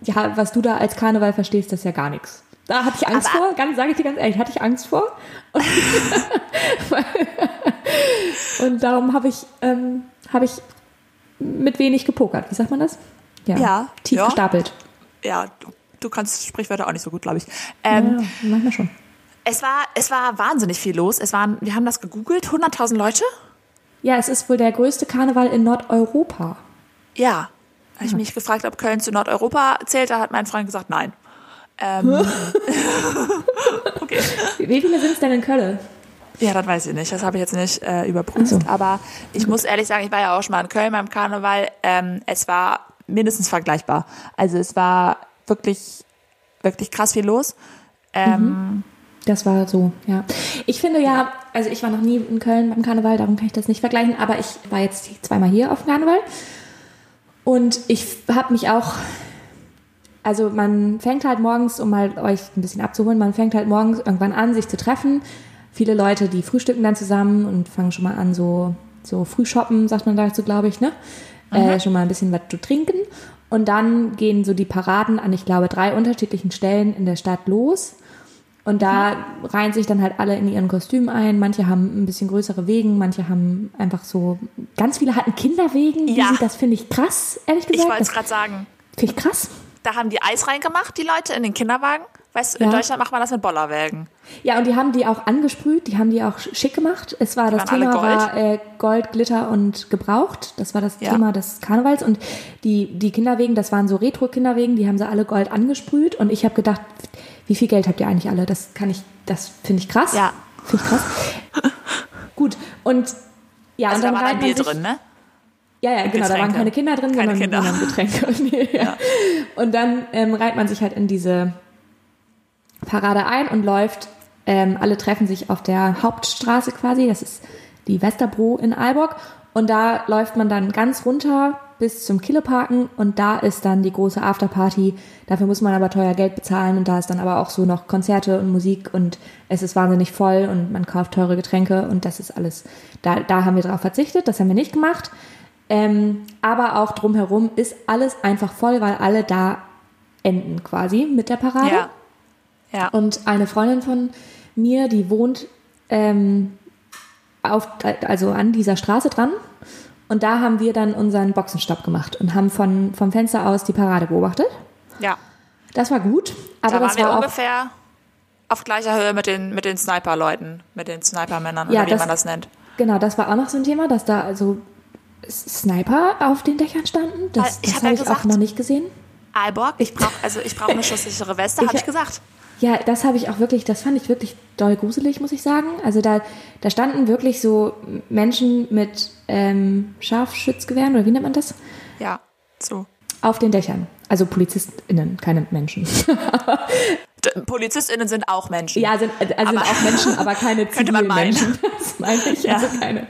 [SPEAKER 1] ja, was du da als Karneval verstehst, das ist ja gar nichts. Da hatte ich Angst aber, vor, ganz, sage ich dir ganz ehrlich, hatte ich Angst vor. Und, <laughs> und darum habe ich, ähm, hab ich mit wenig gepokert. Wie sagt man das?
[SPEAKER 2] Ja. ja
[SPEAKER 1] tief
[SPEAKER 2] ja.
[SPEAKER 1] gestapelt.
[SPEAKER 2] Ja, du, du, kannst Sprichwörter auch nicht so gut, glaube ich.
[SPEAKER 1] Ähm, ja, manchmal schon.
[SPEAKER 2] Es war, es war wahnsinnig viel los. Es waren, wir haben das gegoogelt, 100.000 Leute?
[SPEAKER 1] Ja, es ist wohl der größte Karneval in Nordeuropa.
[SPEAKER 2] Ja. Habe ich mich gefragt, ob Köln zu Nordeuropa zählt. Da hat mein Freund gesagt, nein. Ähm.
[SPEAKER 1] okay. Wie viele sind es denn in Köln?
[SPEAKER 2] Ja, das weiß ich nicht. Das habe ich jetzt nicht äh, überprüft. So. Hm. Aber ich muss ehrlich sagen, ich war ja auch schon mal in Köln beim Karneval. Ähm, es war mindestens vergleichbar. Also es war wirklich, wirklich krass viel los. Ähm,
[SPEAKER 1] das war so, ja. Ich finde ja, also ich war noch nie in Köln beim Karneval, darum kann ich das nicht vergleichen. Aber ich war jetzt zweimal hier auf dem Karneval. Und ich habe mich auch also man fängt halt morgens, um mal euch ein bisschen abzuholen, man fängt halt morgens irgendwann an, sich zu treffen. Viele Leute, die frühstücken dann zusammen und fangen schon mal an, so, so Frühshoppen, sagt man dazu, glaube ich, ne? Äh, schon mal ein bisschen was zu trinken. Und dann gehen so die Paraden an, ich glaube, drei unterschiedlichen Stellen in der Stadt los. Und da mhm. reihen sich dann halt alle in ihren Kostümen ein. Manche haben ein bisschen größere Wegen, manche haben einfach so, ganz viele hatten Kinderwegen. Ja. Sind, das finde ich krass, ehrlich gesagt.
[SPEAKER 2] Ich wollte es gerade sagen.
[SPEAKER 1] Finde ich krass
[SPEAKER 2] da haben die Eis reingemacht, die Leute, in den Kinderwagen. Weißt du, ja. in Deutschland macht man das mit Bollerwägen.
[SPEAKER 1] Ja, und die haben die auch angesprüht, die haben die auch schick gemacht. Es war die das Thema Gold. war äh, Gold, Glitter und gebraucht. Das war das ja. Thema des Karnevals und die die Kinderwegen, das waren so Retro Kinderwegen, die haben sie alle Gold angesprüht und ich habe gedacht, wie viel Geld habt ihr eigentlich alle? Das kann ich das finde ich krass.
[SPEAKER 2] Ja.
[SPEAKER 1] Finde ich
[SPEAKER 2] <laughs>
[SPEAKER 1] krass. Gut, und ja,
[SPEAKER 2] also
[SPEAKER 1] und dann
[SPEAKER 2] da war ein Bier drin, ne?
[SPEAKER 1] Ja, ja, genau, Getränke. da waren keine Kinder drin, keine sondern Kinder. Getränke. <laughs> nee, ja. Ja. Und dann ähm, reiht man sich halt in diese Parade ein und läuft. Ähm, alle treffen sich auf der Hauptstraße quasi, das ist die Westerbro in Aalborg. Und da läuft man dann ganz runter bis zum Killeparken und da ist dann die große Afterparty. Dafür muss man aber teuer Geld bezahlen und da ist dann aber auch so noch Konzerte und Musik und es ist wahnsinnig voll und man kauft teure Getränke und das ist alles. Da, da haben wir drauf verzichtet, das haben wir nicht gemacht. Ähm, aber auch drumherum ist alles einfach voll, weil alle da enden quasi mit der Parade.
[SPEAKER 2] Ja. ja.
[SPEAKER 1] Und eine Freundin von mir, die wohnt ähm, auf, also an dieser Straße dran. Und da haben wir dann unseren Boxenstopp gemacht und haben von, vom Fenster aus die Parade beobachtet.
[SPEAKER 2] Ja.
[SPEAKER 1] Das war gut. Aber
[SPEAKER 2] da waren
[SPEAKER 1] das war
[SPEAKER 2] wir
[SPEAKER 1] auch,
[SPEAKER 2] ungefähr auf gleicher Höhe mit den, mit den Sniper-Leuten, mit den Sniper-Männern ja, oder wie
[SPEAKER 1] das,
[SPEAKER 2] man das nennt.
[SPEAKER 1] Genau, das war auch noch so ein Thema, dass da also Sniper auf den Dächern standen. Das, das habe hab ja ich gesagt, auch noch nicht gesehen.
[SPEAKER 2] Aalborg, ich brauche also ich brauche eine schusssichere Weste, habe ich gesagt.
[SPEAKER 1] Ja, das habe ich auch wirklich, das fand ich wirklich doll gruselig, muss ich sagen. Also da, da standen wirklich so Menschen mit ähm, Scharfschützgewehren oder wie nennt man das?
[SPEAKER 2] Ja, so.
[SPEAKER 1] Auf den Dächern. Also PolizistInnen, keine Menschen.
[SPEAKER 2] PolizistInnen sind auch Menschen.
[SPEAKER 1] Ja, sind, also aber sind auch Menschen, aber
[SPEAKER 2] <laughs>
[SPEAKER 1] keine zivilen Menschen. <laughs> Das meine ich.
[SPEAKER 2] Ja.
[SPEAKER 1] Also keine,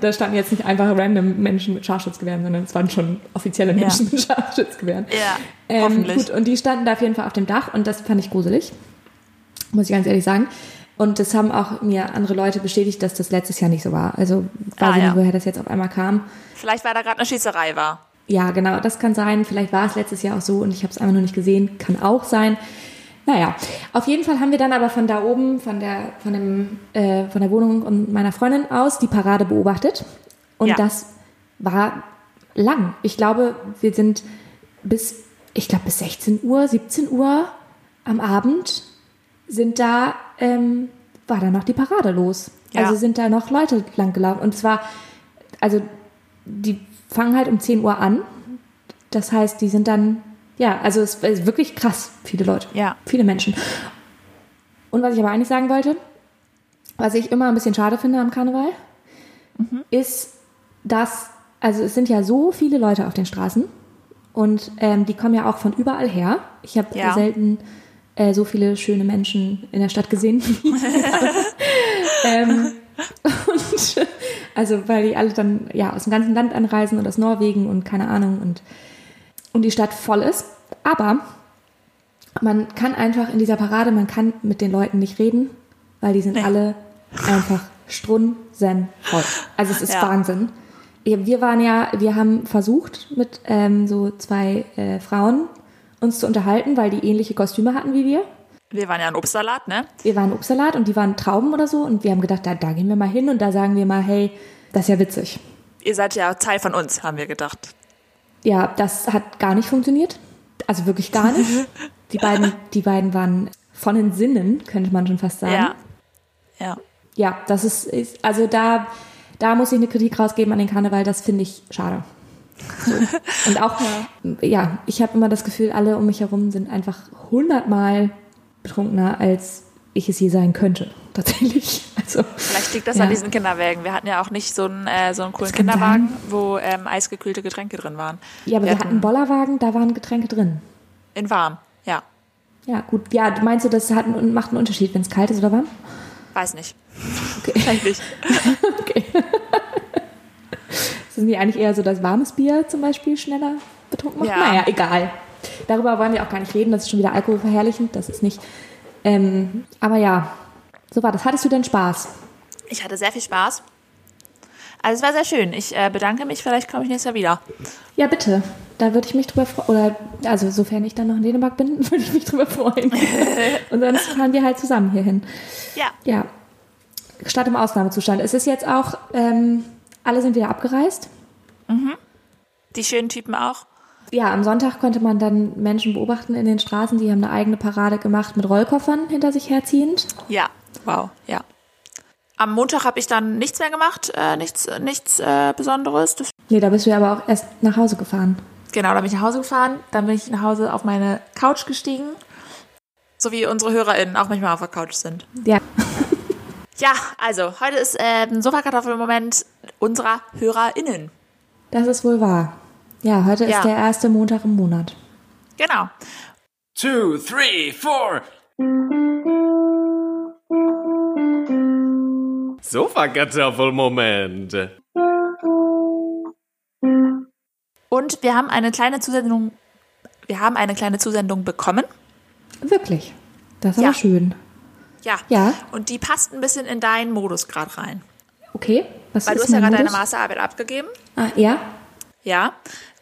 [SPEAKER 1] da standen jetzt nicht einfach random Menschen mit Scharfschützgewehren, sondern es waren schon offizielle Menschen
[SPEAKER 2] Ja.
[SPEAKER 1] mit Scharfschützgewehren.
[SPEAKER 2] Ja,
[SPEAKER 1] Ähm,
[SPEAKER 2] hoffentlich.
[SPEAKER 1] Gut, und die standen da auf jeden Fall auf dem Dach und das fand ich gruselig. Muss ich ganz ehrlich sagen. Und das haben auch mir andere Leute bestätigt, dass das letztes Jahr nicht so war. Also weiß
[SPEAKER 2] Ah,
[SPEAKER 1] ich
[SPEAKER 2] ja.
[SPEAKER 1] nicht, woher das jetzt auf einmal kam.
[SPEAKER 2] Vielleicht weil da gerade eine Schießerei war.
[SPEAKER 1] Ja, genau, das kann sein. Vielleicht war es letztes Jahr auch so und ich habe es einfach noch nicht gesehen. Kann auch sein. Naja, auf jeden Fall haben wir dann aber von da oben, von der, von dem, äh, von der Wohnung und meiner Freundin aus, die Parade beobachtet. Und
[SPEAKER 2] Ja.
[SPEAKER 1] das war lang. Ich glaube, wir sind bis, ich glaube, bis 16 Uhr, 17 Uhr am Abend sind da, ähm, war da noch die Parade los.
[SPEAKER 2] Ja.
[SPEAKER 1] Also sind da noch Leute lang gelaufen. Und zwar, also die fangen halt um 10 Uhr an. Das heißt, die sind dann, ja, also es ist wirklich krass, viele Leute,
[SPEAKER 2] Ja.
[SPEAKER 1] viele Menschen. Und was ich aber eigentlich sagen wollte, was ich immer ein bisschen schade finde am Karneval,
[SPEAKER 2] Mhm.
[SPEAKER 1] ist, dass, also es sind ja so viele Leute auf den Straßen und ähm, die kommen ja auch von überall her. Ich habe
[SPEAKER 2] Ja.
[SPEAKER 1] selten äh, so viele schöne Menschen in der Stadt
[SPEAKER 2] <laughs>
[SPEAKER 1] gesehen. <laughs> ähm,
[SPEAKER 2] <laughs>
[SPEAKER 1] und, also weil die alle dann ja aus dem ganzen Land anreisen und aus Norwegen und keine Ahnung und, und die Stadt voll ist. Aber man kann einfach in dieser Parade, man kann mit den Leuten nicht reden, weil die sind
[SPEAKER 2] Nee.
[SPEAKER 1] alle einfach strunsenvoll. Also es ist
[SPEAKER 2] Ja.
[SPEAKER 1] Wahnsinn. Ja, Wir waren ja, wir haben versucht mit ähm, so zwei äh, Frauen uns zu unterhalten, weil die ähnliche Kostüme hatten wie wir.
[SPEAKER 2] Wir waren ja ein Obstsalat, ne?
[SPEAKER 1] Wir waren Obstsalat und die waren Trauben oder so und wir haben gedacht, da, da gehen wir mal hin und da sagen wir mal, hey, das ist ja witzig.
[SPEAKER 2] Ihr seid ja Teil von uns, haben wir gedacht.
[SPEAKER 1] Ja, das hat gar nicht funktioniert. Also wirklich gar nicht. die, beiden, die beiden waren von den Sinnen, könnte man schon fast sagen.
[SPEAKER 2] Ja. Ja.
[SPEAKER 1] Ja, das ist, ist also da, da muss ich eine Kritik rausgeben an den Karneval, das finde ich schade. So. Und auch, ja, ja ich habe immer das Gefühl, alle um mich herum sind einfach hundertmal betrunkener, als ich es je sein könnte, <laughs> tatsächlich. Also,
[SPEAKER 2] Vielleicht liegt das
[SPEAKER 1] ja.
[SPEAKER 2] an diesen Kinderwägen. Wir hatten ja auch nicht so einen, äh, so einen coolen Kinderwagen, wo ähm, eisgekühlte Getränke drin waren.
[SPEAKER 1] ja, aber wir hatten einen Bollerwagen, da waren Getränke drin.
[SPEAKER 2] In warm, ja.
[SPEAKER 1] Ja, gut. Ja, du meinst du, das hat einen, macht einen Unterschied, wenn es kalt ist oder warm?
[SPEAKER 2] Weiß nicht.
[SPEAKER 1] Okay.
[SPEAKER 2] <laughs> Vielleicht nicht.
[SPEAKER 1] okay. Sind die eigentlich eher so, dass warmes Bier zum Beispiel schneller betrunken macht?
[SPEAKER 2] Ja.
[SPEAKER 1] Naja, egal. Darüber wollen wir auch gar nicht reden, das ist schon wieder alkoholverherrlichend, das ist nicht. Ähm, aber ja, so war das. Hattest du denn Spaß?
[SPEAKER 2] Ich hatte sehr viel Spaß. Also es war sehr schön. Ich äh, bedanke mich. Vielleicht komme ich nächstes Jahr wieder.
[SPEAKER 1] Ja, bitte. Da würde ich mich drüber freuen. Oder, also, sofern ich dann noch in Dänemark bin, <laughs> würde ich mich drüber freuen. Und sonst fahren wir halt zusammen hier hin.
[SPEAKER 2] Ja.
[SPEAKER 1] Ja. Stadt im Ausnahmezustand. Es ist jetzt auch, ähm, alle sind wieder abgereist.
[SPEAKER 2] Die schönen Typen auch.
[SPEAKER 1] Ja, am Sonntag konnte man dann Menschen beobachten in den Straßen, die haben eine eigene Parade gemacht mit Rollkoffern hinter sich herziehend.
[SPEAKER 2] Ja. Wow. Ja. Am Montag habe ich dann nichts mehr gemacht. Äh, nichts nichts äh, Besonderes. Das
[SPEAKER 1] Nee, da bist du ja aber auch erst nach Hause gefahren.
[SPEAKER 2] Genau, da bin ich nach Hause gefahren, dann bin ich nach Hause auf meine Couch gestiegen. So wie unsere HörerInnen auch manchmal auf der Couch sind.
[SPEAKER 1] Ja.
[SPEAKER 2] <laughs> Ja, also, heute ist äh, ein Sofakartoffel-Moment unserer HörerInnen.
[SPEAKER 1] Das ist wohl wahr. Ja, heute
[SPEAKER 2] Ja.
[SPEAKER 1] ist der erste Montag im Monat.
[SPEAKER 2] Genau.
[SPEAKER 3] two, three, four. Sofakartoffelmoment.
[SPEAKER 2] Und wir haben eine kleine Zusendung, wir haben eine kleine Zusendung bekommen.
[SPEAKER 1] Wirklich. Das ist
[SPEAKER 2] Ja.
[SPEAKER 1] aber schön.
[SPEAKER 2] Ja.
[SPEAKER 1] Ja.
[SPEAKER 2] Und die passt ein bisschen in deinen Modus gerade rein.
[SPEAKER 1] Okay. Was
[SPEAKER 2] Weil du
[SPEAKER 1] ist
[SPEAKER 2] hast ja
[SPEAKER 1] mein
[SPEAKER 2] gerade deine
[SPEAKER 1] Modus?
[SPEAKER 2] Masterarbeit abgegeben.
[SPEAKER 1] Ah, ja.
[SPEAKER 2] Ja.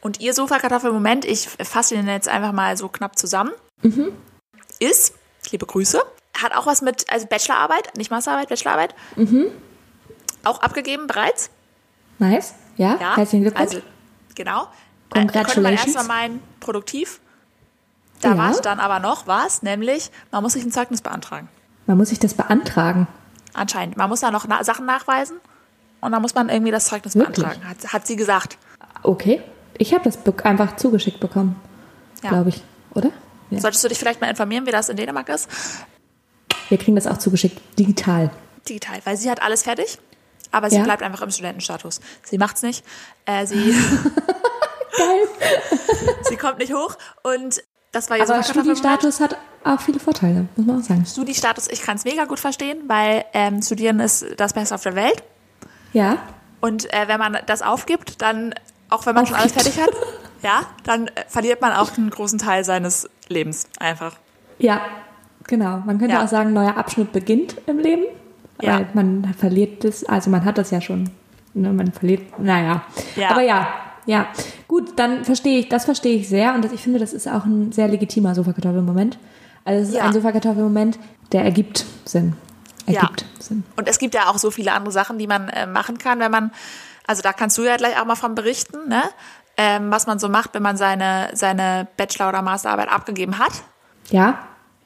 [SPEAKER 2] Und ihr Sofakartoffel-Moment, ich fasse den jetzt einfach mal so knapp zusammen,
[SPEAKER 1] Mhm.
[SPEAKER 2] ist, liebe Grüße, hat auch was mit, also Bachelorarbeit, nicht Masterarbeit, Bachelorarbeit.
[SPEAKER 1] Mhm.
[SPEAKER 2] Auch abgegeben bereits.
[SPEAKER 1] Nice. Ja.
[SPEAKER 2] Ja.
[SPEAKER 1] Herzlichen Glückwunsch.
[SPEAKER 2] Also, genau.
[SPEAKER 1] Congratulations.
[SPEAKER 2] Äh, Könnte man erstmal meinen, produktiv. Da
[SPEAKER 1] Ja.
[SPEAKER 2] wartet dann aber noch was, nämlich, man muss sich ein Zeugnis beantragen.
[SPEAKER 1] Man muss sich das beantragen.
[SPEAKER 2] Anscheinend. Man muss da noch na Sachen nachweisen und dann muss man irgendwie das Zeugnis
[SPEAKER 1] Wirklich?
[SPEAKER 2] beantragen, hat, hat sie gesagt.
[SPEAKER 1] Okay. Ich habe das be- einfach zugeschickt bekommen,
[SPEAKER 2] Ja.
[SPEAKER 1] glaube ich. Oder? Ja.
[SPEAKER 2] Solltest du dich vielleicht mal informieren, wie das in Dänemark ist?
[SPEAKER 1] Wir kriegen das auch zugeschickt. Digital.
[SPEAKER 2] Digital, weil sie hat alles fertig, aber sie
[SPEAKER 1] Ja.
[SPEAKER 2] bleibt einfach im Studentenstatus. Sie macht's nicht. Äh, sie,
[SPEAKER 1] <laughs> Geil.
[SPEAKER 2] sie kommt nicht hoch und das war ihr
[SPEAKER 1] Aber
[SPEAKER 2] Sofakartoffelmoment.
[SPEAKER 1] Also Studienstatus hat auch viele Vorteile, muss man auch sagen.
[SPEAKER 2] Studiestatus, ich kann's mega gut verstehen, weil ähm, Studieren ist das Beste auf der Welt.
[SPEAKER 1] Ja,
[SPEAKER 2] Und äh, wenn man das aufgibt, dann, auch wenn man schon alles
[SPEAKER 1] Aufgibt.
[SPEAKER 2] fertig hat,
[SPEAKER 1] <laughs>
[SPEAKER 2] ja, dann äh, verliert man auch einen großen Teil seines Lebens einfach.
[SPEAKER 1] ja, genau. Man könnte
[SPEAKER 2] Ja.
[SPEAKER 1] auch sagen, neuer Abschnitt beginnt im Leben,
[SPEAKER 2] Ja.
[SPEAKER 1] weil man verliert das, also man hat das ja schon. Ne, man verliert, naja.
[SPEAKER 2] Ja.
[SPEAKER 1] Aber ja, ja. Gut, dann verstehe ich, das verstehe ich sehr und das, ich finde, das ist auch ein sehr legitimer Sofakartoffelmoment. Also es ist
[SPEAKER 2] Ja.
[SPEAKER 1] ein Sofakartoffelmoment, der ergibt Sinn.
[SPEAKER 2] Ja.
[SPEAKER 1] Ergibt Sinn.
[SPEAKER 2] Und es gibt ja auch so viele andere Sachen, die man äh, machen kann, wenn man, also da kannst du ja gleich auch mal von berichten, ne? ähm, was man so macht, wenn man seine, seine Bachelor- oder Masterarbeit abgegeben hat.
[SPEAKER 1] Ja,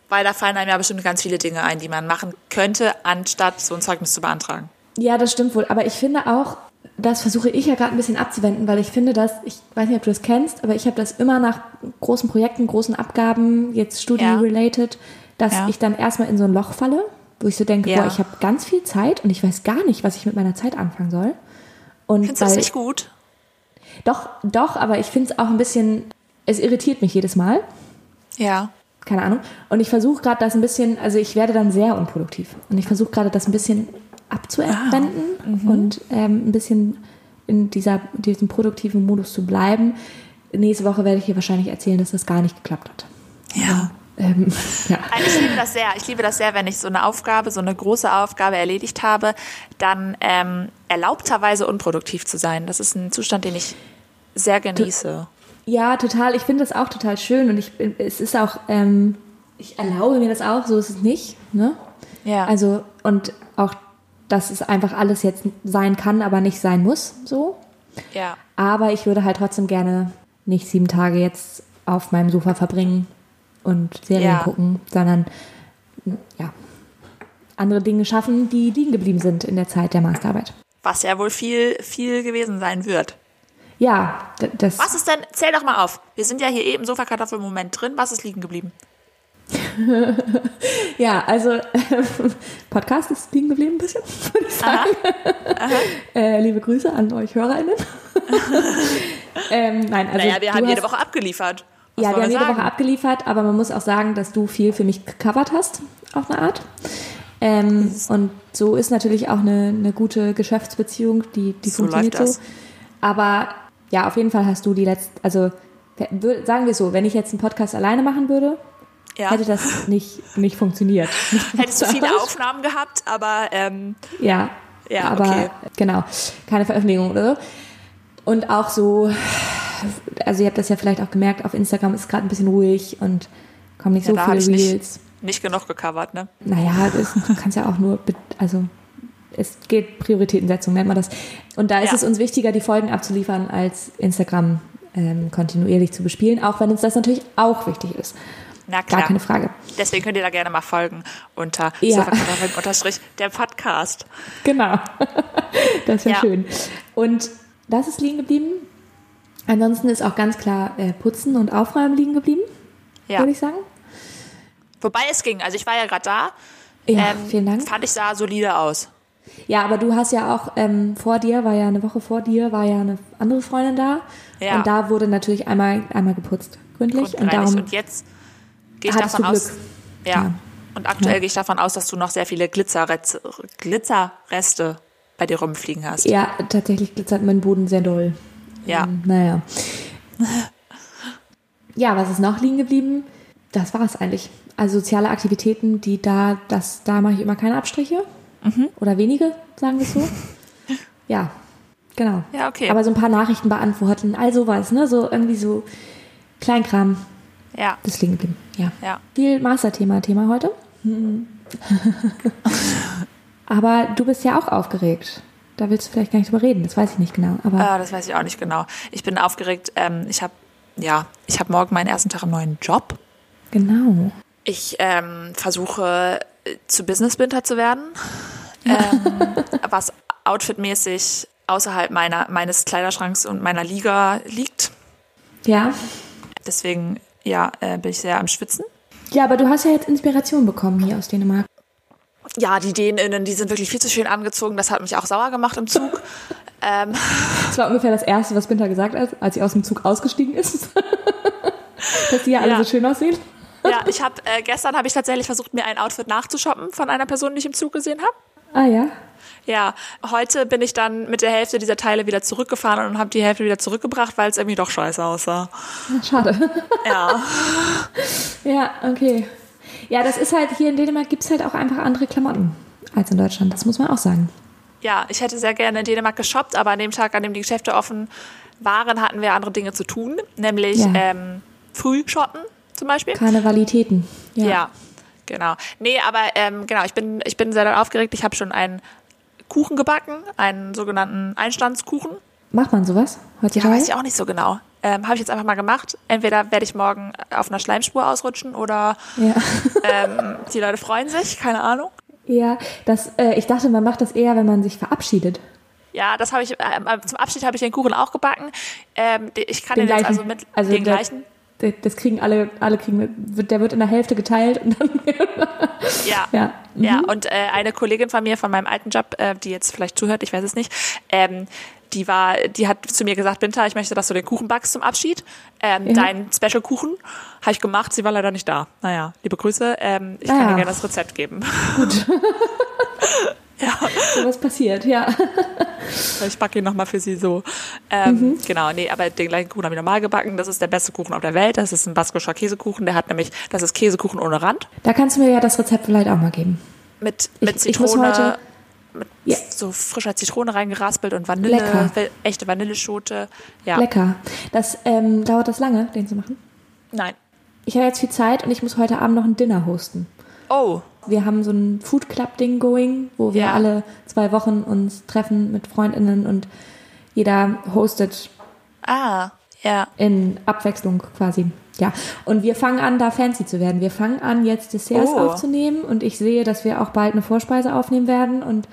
[SPEAKER 2] Weil da fallen einem ja bestimmt ganz viele Dinge ein, die man machen könnte, anstatt so ein Zeugnis zu beantragen.
[SPEAKER 1] Ja, das stimmt wohl. Aber ich finde auch, das versuche ich ja gerade ein bisschen abzuwenden, weil ich finde, dass, ich weiß nicht, ob du das kennst, aber ich habe das immer nach großen Projekten, großen Abgaben, jetzt Studie-related, dass
[SPEAKER 2] Ja.
[SPEAKER 1] ich dann erstmal in so ein Loch falle, wo ich so denke,
[SPEAKER 2] Ja.
[SPEAKER 1] boah, ich habe ganz viel Zeit und ich weiß gar nicht, was ich mit meiner Zeit anfangen soll. Und
[SPEAKER 2] Findest du das
[SPEAKER 1] weil-
[SPEAKER 2] nicht gut?
[SPEAKER 1] Doch, doch, aber ich finde es auch ein bisschen, es irritiert mich jedes Mal.
[SPEAKER 2] Ja.
[SPEAKER 1] Keine Ahnung. Und ich versuche gerade das ein bisschen, also ich werde dann sehr unproduktiv. Und ich versuche gerade das ein bisschen abzuwenden und ähm, ein bisschen in dieser, diesem produktiven Modus zu bleiben. Nächste Woche werde ich hier wahrscheinlich erzählen, dass das gar nicht geklappt hat.
[SPEAKER 2] Ja.
[SPEAKER 1] Ähm, <laughs> ja.
[SPEAKER 2] Also ich liebe das sehr. Ich liebe das sehr, wenn ich so eine Aufgabe, so eine große Aufgabe erledigt habe, dann ähm, erlaubterweise unproduktiv zu sein. Das ist ein Zustand, den ich sehr genieße.
[SPEAKER 1] ja, total. Ich finde das auch total schön und ich, bin- es ist auch, ähm, ich erlaube mir das auch, so ist es nicht. Ne?
[SPEAKER 2] Ja.
[SPEAKER 1] Also, und auch, dass es einfach alles jetzt sein kann, aber nicht sein muss, so.
[SPEAKER 2] ja.
[SPEAKER 1] Aber ich würde halt trotzdem gerne nicht sieben Tage jetzt auf meinem Sofa verbringen und Serien
[SPEAKER 2] Ja.
[SPEAKER 1] gucken, sondern ja, andere Dinge schaffen, die liegen geblieben sind in der Zeit der Masterarbeit.
[SPEAKER 2] Was ja wohl viel, viel gewesen sein wird.
[SPEAKER 1] Ja, d- das.
[SPEAKER 2] Was ist denn, zähl doch mal auf. Wir sind ja hier eben Sofakartoffel-Moment drin. Was ist liegen geblieben?
[SPEAKER 1] Ja, also <laughs> Podcast ist liegen geblieben ein bisschen, <laughs> würde ich sagen. Äh, liebe Grüße an euch
[SPEAKER 2] <laughs>
[SPEAKER 1] HörerInnen. ähm, nein, also
[SPEAKER 2] naja, wir
[SPEAKER 1] du
[SPEAKER 2] haben jede
[SPEAKER 1] hast-
[SPEAKER 2] Woche abgeliefert. Was
[SPEAKER 1] Ja, wir
[SPEAKER 2] soll man
[SPEAKER 1] haben jede
[SPEAKER 2] sagen?
[SPEAKER 1] Woche abgeliefert, aber man muss auch sagen, dass du viel für mich gecovert hast, auf eine Art. Ähm, und so ist natürlich auch eine, eine gute Geschäftsbeziehung, die, die
[SPEAKER 2] So
[SPEAKER 1] funktioniert
[SPEAKER 2] läuft das.
[SPEAKER 1] so. Aber ja, auf jeden Fall hast du die letzten, also wür- sagen wir so, wenn ich jetzt einen Podcast alleine machen würde,
[SPEAKER 2] ja.
[SPEAKER 1] hätte das nicht, nicht
[SPEAKER 2] <laughs>
[SPEAKER 1] funktioniert.
[SPEAKER 2] Hättest du viele Aufnahmen gehabt, aber ähm,
[SPEAKER 1] Ja.
[SPEAKER 2] Ja,
[SPEAKER 1] aber
[SPEAKER 2] okay.
[SPEAKER 1] genau, keine Veröffentlichung oder so. Und auch so, also ihr habt das ja vielleicht auch gemerkt, auf Instagram ist gerade ein bisschen ruhig und kommen nicht
[SPEAKER 2] Ja, da
[SPEAKER 1] so
[SPEAKER 2] hab ich
[SPEAKER 1] viele
[SPEAKER 2] nicht-
[SPEAKER 1] Reels.
[SPEAKER 2] nicht genug gecovert, ne?
[SPEAKER 1] Naja, das, du kannst ja auch nur, be- also es geht Prioritätensetzung, nennt man das. Und da ist
[SPEAKER 2] Ja.
[SPEAKER 1] es uns wichtiger, die Folgen abzuliefern, als Instagram ähm, kontinuierlich zu bespielen, auch wenn uns das natürlich auch wichtig ist.
[SPEAKER 2] Na
[SPEAKER 1] Gar
[SPEAKER 2] klar.
[SPEAKER 1] keine Frage.
[SPEAKER 2] Deswegen könnt ihr da gerne mal folgen unter
[SPEAKER 1] Ja.
[SPEAKER 2] Sofakartoffeln unterstrich der Podcast. <laughs>
[SPEAKER 1] Genau. Das wäre
[SPEAKER 2] Ja.
[SPEAKER 1] schön. Und das ist liegen geblieben. Ansonsten ist auch ganz klar äh, Putzen und Aufräumen liegen geblieben,
[SPEAKER 2] Ja.
[SPEAKER 1] würde ich sagen.
[SPEAKER 2] Wobei es ging. Also ich war ja gerade da.
[SPEAKER 1] Ja,
[SPEAKER 2] Ähm,
[SPEAKER 1] vielen Dank.
[SPEAKER 2] Fand ich sah solide aus.
[SPEAKER 1] Ja, aber du hast ja auch ähm, vor dir, war ja eine Woche vor dir, war ja eine andere Freundin da.
[SPEAKER 2] Ja.
[SPEAKER 1] Und da wurde natürlich einmal, einmal geputzt, gründlich.
[SPEAKER 2] Und,
[SPEAKER 1] Und darum,
[SPEAKER 2] und jetzt gehe ich
[SPEAKER 1] hattest
[SPEAKER 2] davon
[SPEAKER 1] du
[SPEAKER 2] aus.
[SPEAKER 1] Glück.
[SPEAKER 2] Ja.
[SPEAKER 1] Ja.
[SPEAKER 2] Und aktuell gehe ich davon aus, dass du noch sehr viele Glitzerreste, Glitzerreste bei dir rumfliegen hast.
[SPEAKER 1] ja, tatsächlich glitzert mein Boden sehr doll.
[SPEAKER 2] Ja.
[SPEAKER 1] Ähm, Naja. Ja, was ist noch liegen geblieben? Das war es eigentlich. Also soziale Aktivitäten, die da, das, da mache ich immer keine Abstriche.
[SPEAKER 2] Mhm.
[SPEAKER 1] Oder wenige, sagen wir es so. ja, genau.
[SPEAKER 2] Ja, okay.
[SPEAKER 1] Aber so ein paar Nachrichten beantworten, all sowas, ne? So irgendwie so Kleinkram,
[SPEAKER 2] Ja.
[SPEAKER 1] das ist liegen geblieben. Ja.
[SPEAKER 2] Ja.
[SPEAKER 1] Viel Masterthema, Thema
[SPEAKER 2] <laughs>
[SPEAKER 1] heute. Hm. aber du bist ja auch aufgeregt. Da willst du vielleicht gar nicht drüber reden, das weiß ich nicht genau. Aber
[SPEAKER 2] Ah, das weiß ich auch nicht genau. Ich bin aufgeregt. Ähm, ich habe ja, ich habe morgen meinen ersten Tag im neuen Job.
[SPEAKER 1] genau.
[SPEAKER 2] Ich ähm, versuche äh, zu Businessbinter zu werden, ähm, <laughs> was outfitmäßig außerhalb meiner meines Kleiderschranks und meiner Liga liegt.
[SPEAKER 1] Ja.
[SPEAKER 2] Deswegen ja, äh, bin ich sehr am Schwitzen.
[SPEAKER 1] Ja, aber du hast ja jetzt Inspiration bekommen hier aus Dänemark.
[SPEAKER 2] Ja, die Däninnen, die sind wirklich viel zu schön angezogen. Das hat mich auch sauer gemacht im Zug. ähm,
[SPEAKER 1] Das war ungefähr das Erste, was Binter gesagt hat, als sie aus dem Zug ausgestiegen ist. <laughs> Dass die ja alle
[SPEAKER 2] Ja.
[SPEAKER 1] so schön aussehen.
[SPEAKER 2] <laughs> ja, ich habe äh, gestern habe ich tatsächlich versucht, mir ein Outfit nachzushoppen von einer Person, die ich im Zug gesehen habe.
[SPEAKER 1] Ah ja.
[SPEAKER 2] Ja, heute bin ich dann mit der Hälfte dieser Teile wieder zurückgefahren und habe die Hälfte wieder zurückgebracht, weil es irgendwie doch scheiße aussah.
[SPEAKER 1] Schade.
[SPEAKER 2] Ja,
[SPEAKER 1] <laughs> Ja, okay. Ja, das ist halt, hier in Dänemark gibt's halt auch einfach andere Klamotten als in Deutschland. Das muss man auch sagen.
[SPEAKER 2] ja, ich hätte sehr gerne in Dänemark geshoppt, aber an dem Tag, an dem die Geschäfte offen waren, hatten wir andere Dinge zu tun, nämlich
[SPEAKER 1] Ja.
[SPEAKER 2] ähm, früh shoppen zum Beispiel.
[SPEAKER 1] Karnevalitäten.
[SPEAKER 2] ja. genau. Nee, aber ähm, genau, ich bin, ich bin sehr aufgeregt. Ich habe schon einen Kuchen gebacken, einen sogenannten Einstandskuchen.
[SPEAKER 1] Macht man sowas heutzutage?
[SPEAKER 2] Ja, weiß ich auch nicht so genau. Ähm, habe ich jetzt einfach mal gemacht. Entweder werde ich morgen auf einer Schleimspur ausrutschen oder
[SPEAKER 1] Ja. <laughs>
[SPEAKER 2] ähm, die Leute freuen sich, keine Ahnung.
[SPEAKER 1] ja das, äh, ich dachte, man macht das eher, wenn man sich verabschiedet.
[SPEAKER 2] Ja, das habe ich ähm, äh, zum Abschied habe ich den Kuchen auch gebacken. Ähm, die- ich kann den,
[SPEAKER 1] Den
[SPEAKER 2] jetzt
[SPEAKER 1] gleichen.
[SPEAKER 2] also mit den
[SPEAKER 1] der-
[SPEAKER 2] gleichen.
[SPEAKER 1] der- Das kriegen alle, alle kriegen, wird- der wird in der Hälfte geteilt und dann, <laughs>
[SPEAKER 2] Ja.
[SPEAKER 1] ja. Mhm.
[SPEAKER 2] Ja, und äh, eine Kollegin von mir, von meinem alten Job, äh, die jetzt vielleicht zuhört, ich weiß es nicht, ähm, die war, die hat zu mir gesagt, Binta, ich möchte, dass du den Kuchen backst zum Abschied. Ähm,
[SPEAKER 1] Ja.
[SPEAKER 2] Deinen Special-Kuchen habe ich gemacht, sie war leider nicht da. Naja, liebe Grüße, ähm, ich kann dir
[SPEAKER 1] Ja.
[SPEAKER 2] gerne das Rezept geben. <laughs>
[SPEAKER 1] Sowas passiert, ja.
[SPEAKER 2] Ich backe ihn nochmal für sie so. Ähm,
[SPEAKER 1] Mhm.
[SPEAKER 2] Genau, nee, aber den gleichen Kuchen habe ich normal gebacken. Das ist der beste Kuchen auf der Welt. Das ist ein baskischer Käsekuchen. Der hat nämlich, das ist Käsekuchen ohne Rand.
[SPEAKER 1] Da kannst du mir ja das Rezept vielleicht auch mal geben.
[SPEAKER 2] Mit, mit
[SPEAKER 1] ich muss
[SPEAKER 2] Zitrone,
[SPEAKER 1] heute-
[SPEAKER 2] mit
[SPEAKER 1] Ja.
[SPEAKER 2] so frischer Zitrone reingeraspelt und Vanille,
[SPEAKER 1] Lecker.
[SPEAKER 2] we- echte Vanilleschote. Ja,
[SPEAKER 1] Lecker. Das ähm, dauert das lange, den zu machen?
[SPEAKER 2] nein.
[SPEAKER 1] ich habe jetzt viel Zeit und ich muss heute Abend noch ein Dinner hosten.
[SPEAKER 2] Oh,
[SPEAKER 1] Wir haben so ein Food Club Ding going, wo wir
[SPEAKER 2] Ja.
[SPEAKER 1] alle zwei Wochen uns treffen mit Freundinnen und jeder hostet
[SPEAKER 2] ah, ja.
[SPEAKER 1] in Abwechslung quasi. Ja, und wir fangen an, da fancy zu werden. Wir fangen an, jetzt Desserts
[SPEAKER 2] Oh.
[SPEAKER 1] aufzunehmen und ich sehe, dass wir auch bald eine Vorspeise aufnehmen werden und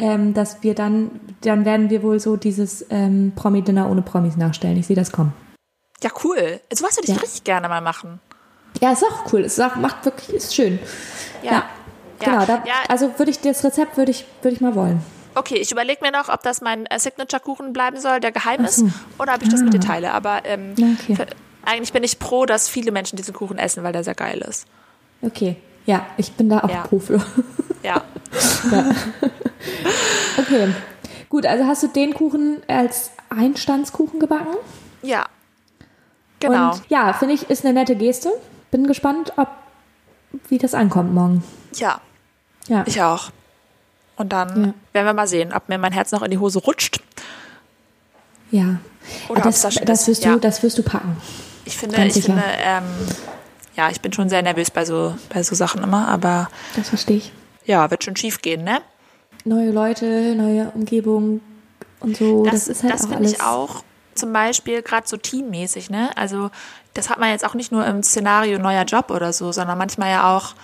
[SPEAKER 1] ähm, dass wir dann, dann werden wir wohl so dieses ähm, Promi-Dinner ohne Promis nachstellen. Ich sehe das kommen.
[SPEAKER 2] Ja, cool. Sowas würde ich
[SPEAKER 1] Ja.
[SPEAKER 2] richtig gerne mal machen.
[SPEAKER 1] Ja, ist auch cool. Ist auch, macht wirklich, ist schön. Ja. Genau, da,
[SPEAKER 2] ja,
[SPEAKER 1] also würde ich das Rezept würde ich, würde ich mal wollen.
[SPEAKER 2] okay, ich überlege mir noch, ob das mein äh, Signature-Kuchen bleiben soll, der geheim ist, oder ob ich das mit dir teile. Aber ähm,
[SPEAKER 1] Ah. Ja, okay.
[SPEAKER 2] für, eigentlich bin ich pro, dass viele Menschen diesen Kuchen essen, weil der sehr geil ist.
[SPEAKER 1] Okay. Ja, ich bin da auch
[SPEAKER 2] Ja.
[SPEAKER 1] pro für.
[SPEAKER 2] Ja,
[SPEAKER 1] Okay. Gut, also hast du den Kuchen als Einstandskuchen gebacken?
[SPEAKER 2] ja. Genau.
[SPEAKER 1] Und ja, finde ich, ist eine nette Geste. Bin gespannt, ob wie das ankommt morgen.
[SPEAKER 2] ja,
[SPEAKER 1] Ja.
[SPEAKER 2] ich auch. Und dann
[SPEAKER 1] Ja.
[SPEAKER 2] werden wir mal sehen, ob mir mein Herz noch in die Hose rutscht.
[SPEAKER 1] ja.
[SPEAKER 2] Oder
[SPEAKER 1] das,
[SPEAKER 2] ob's da schon
[SPEAKER 1] das,
[SPEAKER 2] ist,
[SPEAKER 1] wirst
[SPEAKER 2] ja.
[SPEAKER 1] du, das wirst du packen.
[SPEAKER 2] Ich finde,
[SPEAKER 1] Ganz
[SPEAKER 2] ich
[SPEAKER 1] sicher.
[SPEAKER 2] finde, ähm, ja, ich bin schon sehr nervös bei so, bei so Sachen immer, aber
[SPEAKER 1] Das verstehe ich.
[SPEAKER 2] ja, wird schon schief gehen, ne?
[SPEAKER 1] Neue Leute, neue Umgebung und so. Das, ist halt
[SPEAKER 2] das
[SPEAKER 1] auch
[SPEAKER 2] finde
[SPEAKER 1] alles.
[SPEAKER 2] ich auch zum Beispiel gerade so teammäßig, ne? Also das hat man jetzt auch nicht nur im Szenario neuer Job oder so, sondern manchmal ja auch.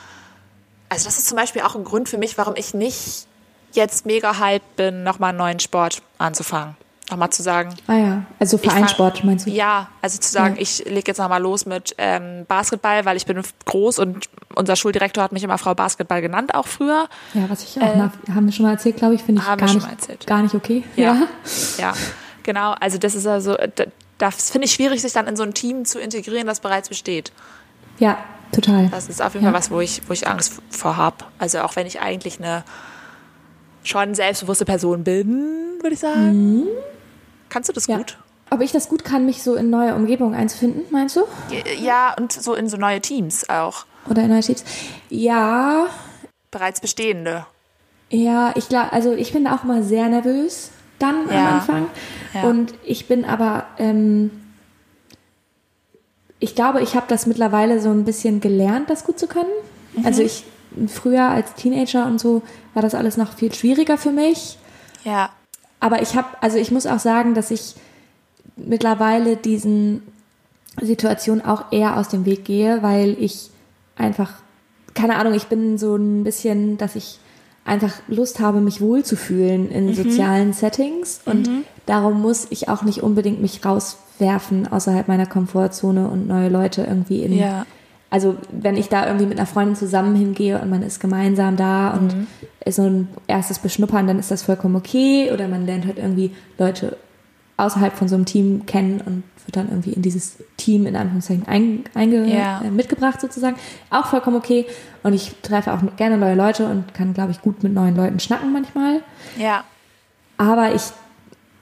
[SPEAKER 2] Also das ist zum Beispiel auch ein Grund für mich, warum ich nicht jetzt mega hyped bin, nochmal einen neuen Sport anzufangen. Nochmal zu sagen.
[SPEAKER 1] Ah ja, also
[SPEAKER 2] ich fang-
[SPEAKER 1] Vereinssport meinst du?
[SPEAKER 2] Ja, also zu sagen,
[SPEAKER 1] Ja.
[SPEAKER 2] ich leg jetzt nochmal los mit ähm, Basketball, weil ich bin groß und unser Schuldirektor hat mich immer Frau Basketball genannt,
[SPEAKER 1] <laughs>
[SPEAKER 2] auch früher.
[SPEAKER 1] Ja, was ich auch nach, haben wir schon mal erzählt, glaube ich, finde ich
[SPEAKER 2] Äh, haben
[SPEAKER 1] gar
[SPEAKER 2] wir schon
[SPEAKER 1] nicht,
[SPEAKER 2] mal erzählt.
[SPEAKER 1] gar nicht okay.
[SPEAKER 2] Ja. Ja, genau. Also das ist also, d- das finde ich schwierig, sich dann in so ein Team zu integrieren, das bereits besteht.
[SPEAKER 1] Ja, total.
[SPEAKER 2] Das ist auf jeden
[SPEAKER 1] Ja.
[SPEAKER 2] Fall was, wo ich, wo ich Angst vor habe. Also auch wenn ich eigentlich eine schon selbstbewusste Person bin, würde ich sagen. Kannst du das
[SPEAKER 1] Mhm. ja.
[SPEAKER 2] gut?
[SPEAKER 1] Ob ich das gut kann, mich so in neue Umgebung einzufinden, meinst du?
[SPEAKER 2] Ja, und so in so neue Teams auch.
[SPEAKER 1] Oder in neue Teams? Ja,
[SPEAKER 2] Bereits bestehende.
[SPEAKER 1] ja, ich glaube, also ich bin auch mal sehr nervös dann
[SPEAKER 2] Ja.
[SPEAKER 1] am Anfang.
[SPEAKER 2] Ja.
[SPEAKER 1] Und ich bin aber, ähm, ich glaube, ich habe das mittlerweile so ein bisschen gelernt, das gut zu können. Also
[SPEAKER 2] Mhm.
[SPEAKER 1] ich, früher als Teenager und so, war das alles noch viel schwieriger für mich.
[SPEAKER 2] Ja.
[SPEAKER 1] Aber ich habe, also ich muss auch sagen, dass ich mittlerweile diesen Situationen auch eher aus dem Weg gehe, weil ich einfach, keine Ahnung, ich bin so ein bisschen, dass ich einfach Lust habe, mich wohlzufühlen in sozialen Settings und darum muss ich auch nicht unbedingt mich rauswerfen außerhalb meiner Komfortzone und neue Leute irgendwie in
[SPEAKER 2] Ja.
[SPEAKER 1] also wenn ich da irgendwie mit einer Freundin zusammen hingehe und man ist gemeinsam da und
[SPEAKER 2] Mhm.
[SPEAKER 1] ist so ein erstes Beschnuppern, dann ist das vollkommen okay. Oder man lernt halt irgendwie Leute außerhalb von so einem Team kennen und wird dann irgendwie in dieses Team in Anführungszeichen ein, einge,
[SPEAKER 2] Ja.
[SPEAKER 1] äh, mitgebracht sozusagen. Auch vollkommen okay. Und ich treffe auch gerne neue Leute und kann, glaube ich, gut mit neuen Leuten schnacken manchmal.
[SPEAKER 2] Ja.
[SPEAKER 1] Aber ich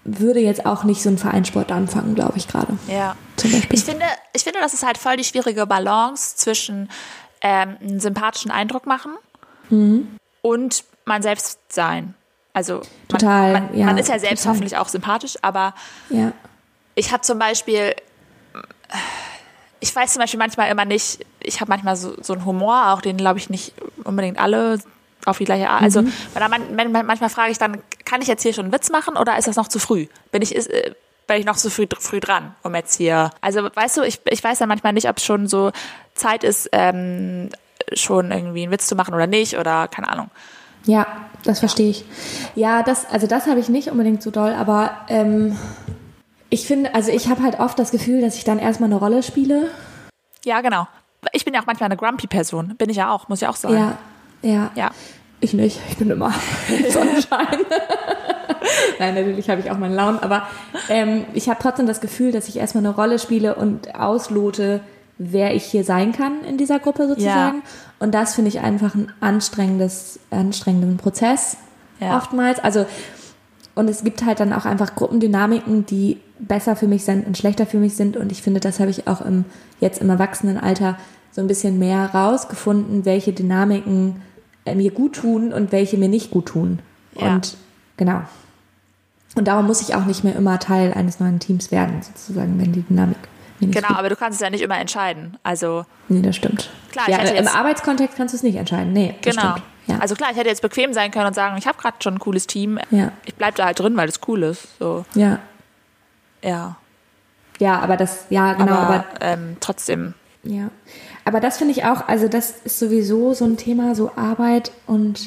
[SPEAKER 1] würde jetzt auch nicht so einen Vereinssport anfangen, glaube ich, gerade.
[SPEAKER 2] Ja.
[SPEAKER 1] Zum Beispiel.
[SPEAKER 2] Ich finde, ich finde, das ist halt voll die schwierige Balance zwischen ähm, einen sympathischen Eindruck machen
[SPEAKER 1] Mhm.
[SPEAKER 2] und man selbst sein. Also man,
[SPEAKER 1] Total,
[SPEAKER 2] man,
[SPEAKER 1] ja,
[SPEAKER 2] man ist ja selbst
[SPEAKER 1] total.
[SPEAKER 2] hoffentlich auch sympathisch, aber
[SPEAKER 1] Ja.
[SPEAKER 2] ich habe zum Beispiel, ich weiß zum Beispiel manchmal immer nicht, ich habe manchmal so, so einen Humor, auch den glaube ich nicht unbedingt alle auf die gleiche Art. Also wenn man, wenn man, manchmal frage ich dann, kann ich jetzt hier schon einen Witz machen oder ist das noch zu früh? Bin ich, ist, äh, bin ich noch zu früh, früh dran, um jetzt hier. Also weißt du, ich, ich weiß dann manchmal nicht, ob schon so Zeit ist, ähm, schon irgendwie einen Witz zu machen oder nicht oder keine Ahnung.
[SPEAKER 1] Ja, das verstehe ich. Ja, das, also das habe ich nicht unbedingt so doll, aber ähm, ich finde, also ich habe halt oft das Gefühl, dass ich dann erstmal eine Rolle spiele.
[SPEAKER 2] Ja, genau. Ich bin ja auch manchmal eine grumpy Person, bin ich ja auch, muss ich auch sagen.
[SPEAKER 1] Ja, ja.
[SPEAKER 2] Ja.
[SPEAKER 1] Ich nicht, ich bin
[SPEAKER 2] <laughs>
[SPEAKER 1] immer Sonnenschein. Nein, natürlich habe ich auch meine Laune, aber ähm, ich habe trotzdem das Gefühl, dass ich erstmal eine Rolle spiele und auslote, wer ich hier sein kann in dieser Gruppe sozusagen. Und das finde ich einfach einen anstrengendes, anstrengenden Prozess
[SPEAKER 2] Ja.
[SPEAKER 1] oftmals. Also und es gibt halt dann auch einfach Gruppendynamiken, die besser für mich sind und schlechter für mich sind. Und ich finde, das habe ich auch im, jetzt im Erwachsenenalter so ein bisschen mehr rausgefunden, welche Dynamiken äh, mir gut tun und welche mir nicht gut tun.
[SPEAKER 2] Ja.
[SPEAKER 1] Und genau. Und darum muss ich auch nicht mehr immer Teil eines neuen Teams werden, sozusagen, wenn die Dynamik Nee, nicht
[SPEAKER 2] Genau,
[SPEAKER 1] gut.
[SPEAKER 2] aber du kannst es ja nicht immer entscheiden. Also
[SPEAKER 1] Nee, das stimmt.
[SPEAKER 2] Klar, ich
[SPEAKER 1] ja, äh,
[SPEAKER 2] hätte
[SPEAKER 1] im
[SPEAKER 2] jetzt-
[SPEAKER 1] Arbeitskontext kannst du es nicht entscheiden. Nee, das
[SPEAKER 2] Genau.
[SPEAKER 1] stimmt. Ja.
[SPEAKER 2] Also klar, ich hätte jetzt bequem sein können und sagen, ich habe gerade schon ein cooles Team.
[SPEAKER 1] Ja.
[SPEAKER 2] Ich bleib da halt drin, weil es cool ist. So,
[SPEAKER 1] ja.
[SPEAKER 2] ja.
[SPEAKER 1] Ja, aber das, ja, genau,
[SPEAKER 2] aber
[SPEAKER 1] aber
[SPEAKER 2] ähm, trotzdem.
[SPEAKER 1] Ja, aber das finde ich auch, also das ist sowieso so ein Thema, so Arbeit und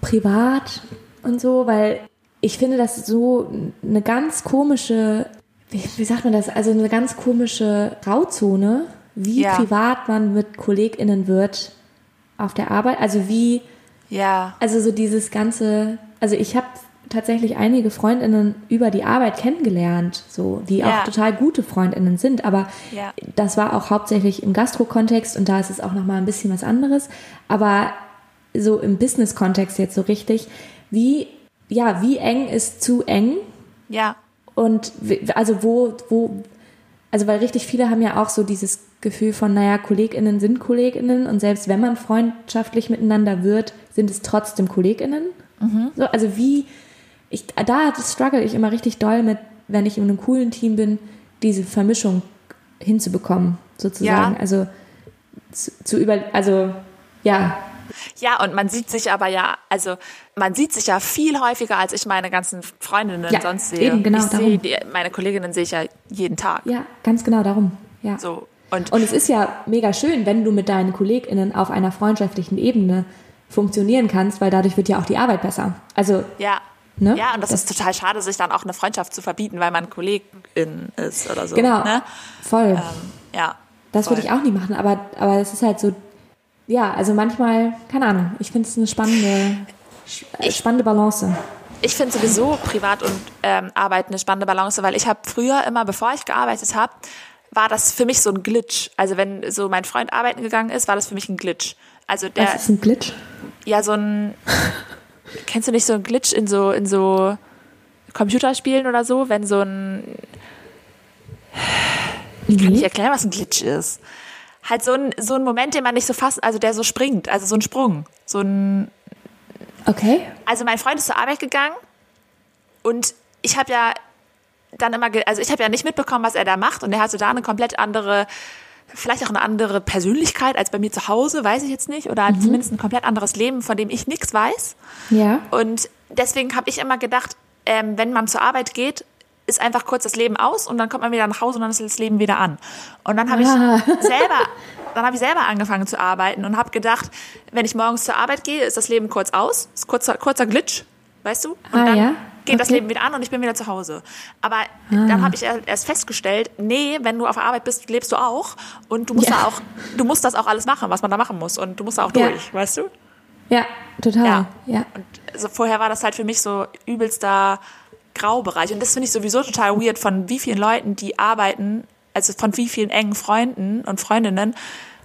[SPEAKER 1] Privat und so, weil ich finde das so eine ganz komische, wie, wie sagt man das, also eine ganz komische Grauzone, wie
[SPEAKER 2] Ja.
[SPEAKER 1] privat man mit KollegInnen wird auf der Arbeit, also wie
[SPEAKER 2] Ja.
[SPEAKER 1] also so dieses ganze, also ich habe tatsächlich einige Freundinnen über die Arbeit kennengelernt, so die
[SPEAKER 2] Ja.
[SPEAKER 1] auch total gute Freundinnen sind, aber
[SPEAKER 2] Ja.
[SPEAKER 1] das war auch hauptsächlich im Gastro-Kontext und da ist es auch noch mal ein bisschen was anderes, aber so im Business-Kontext jetzt so richtig, wie ja, wie eng ist zu eng
[SPEAKER 2] Ja.
[SPEAKER 1] und w- also wo, wo, also weil richtig viele haben ja auch so dieses Gefühl von, naja, KollegInnen sind KollegInnen und selbst wenn man freundschaftlich miteinander wird, sind es trotzdem KollegInnen.
[SPEAKER 2] Mhm.
[SPEAKER 1] So, also wie, ich, da struggle ich immer richtig doll mit, wenn ich in einem coolen Team bin, diese Vermischung hinzubekommen, sozusagen.
[SPEAKER 2] Ja.
[SPEAKER 1] Also zu, zu über, also ja,
[SPEAKER 2] Ja, und man sieht sich aber ja, also man sieht sich ja viel häufiger, als ich meine ganzen Freundinnen
[SPEAKER 1] Ja,
[SPEAKER 2] sonst sehe.
[SPEAKER 1] eben, genau,
[SPEAKER 2] ich sehe
[SPEAKER 1] darum.
[SPEAKER 2] die, meine Kolleginnen sehe ich ja jeden Tag.
[SPEAKER 1] ja, ganz genau darum. Ja.
[SPEAKER 2] So. Und,
[SPEAKER 1] Und es ist ja mega schön, wenn du mit deinen KollegInnen auf einer freundschaftlichen Ebene funktionieren kannst, weil dadurch wird ja auch die Arbeit besser. Also,
[SPEAKER 2] ja.
[SPEAKER 1] Ne?
[SPEAKER 2] Ja, und das,
[SPEAKER 1] Das-
[SPEAKER 2] ist total schade, sich dann auch eine Freundschaft zu verbieten, weil man Kollegin ist oder so.
[SPEAKER 1] genau.
[SPEAKER 2] Ne?
[SPEAKER 1] Voll.
[SPEAKER 2] Ähm, ja.
[SPEAKER 1] das würde ich auch nie machen, aber, aber es ist halt so, ja, also manchmal, keine Ahnung, ich finde es eine spannende, äh, spannende Balance.
[SPEAKER 2] Ich finde sowieso Privat und ähm, Arbeit eine spannende Balance, weil ich habe früher immer, bevor ich gearbeitet habe, war das für mich so ein Glitch. Also wenn so mein Freund arbeiten gegangen ist, war das für mich ein Glitch. Also der
[SPEAKER 1] Das ist ein Glitch.
[SPEAKER 2] ja so ein kennst du nicht so ein Glitch in so in so Computerspielen oder so, wenn so ein kann
[SPEAKER 1] Mhm. Hm?
[SPEAKER 2] ich erklären, was ein Glitch ist. Halt so ein so ein Moment, den man nicht so fasst, also der so springt, also so ein Sprung, so ein
[SPEAKER 1] Okay.
[SPEAKER 2] also mein Freund ist zur Arbeit gegangen und ich habe ja dann immer, ge also ich habe ja nicht mitbekommen, was er da macht und er hatte da eine komplett andere, vielleicht auch eine andere Persönlichkeit als bei mir zu Hause, weiß ich jetzt nicht, oder zumindest ein komplett anderes Leben, von dem ich nichts weiß.
[SPEAKER 1] Ja.
[SPEAKER 2] Und deswegen habe ich immer gedacht, ähm, wenn man zur Arbeit geht, ist einfach kurz das Leben aus und dann kommt man wieder nach Hause und dann ist das Leben wieder an. Und dann habe ich
[SPEAKER 1] Ah. <laughs>
[SPEAKER 2] selber, dann habe ich selber angefangen zu arbeiten und habe gedacht, wenn ich morgens zur Arbeit gehe, ist das Leben kurz aus, ist kurzer, kurzer Glitch, weißt du? Und
[SPEAKER 1] Ah,
[SPEAKER 2] dann
[SPEAKER 1] ja?
[SPEAKER 2] geht das
[SPEAKER 1] Okay. Ah.
[SPEAKER 2] Leben wieder an und ich bin wieder zu Hause. Aber dann habe ich er- erst festgestellt, nee, wenn du auf der Arbeit bist, lebst du auch und du musst
[SPEAKER 1] Ja.
[SPEAKER 2] da auch, du musst das auch alles machen, was man da machen muss und du musst da auch
[SPEAKER 1] Ja.
[SPEAKER 2] durch, weißt du?
[SPEAKER 1] Ja, total.
[SPEAKER 2] Ja.
[SPEAKER 1] ja.
[SPEAKER 2] Und so vorher war das halt für mich so übelster Graubereich. Und das finde ich sowieso total weird, von wie vielen Leuten, die arbeiten, also von wie vielen engen Freunden und Freundinnen,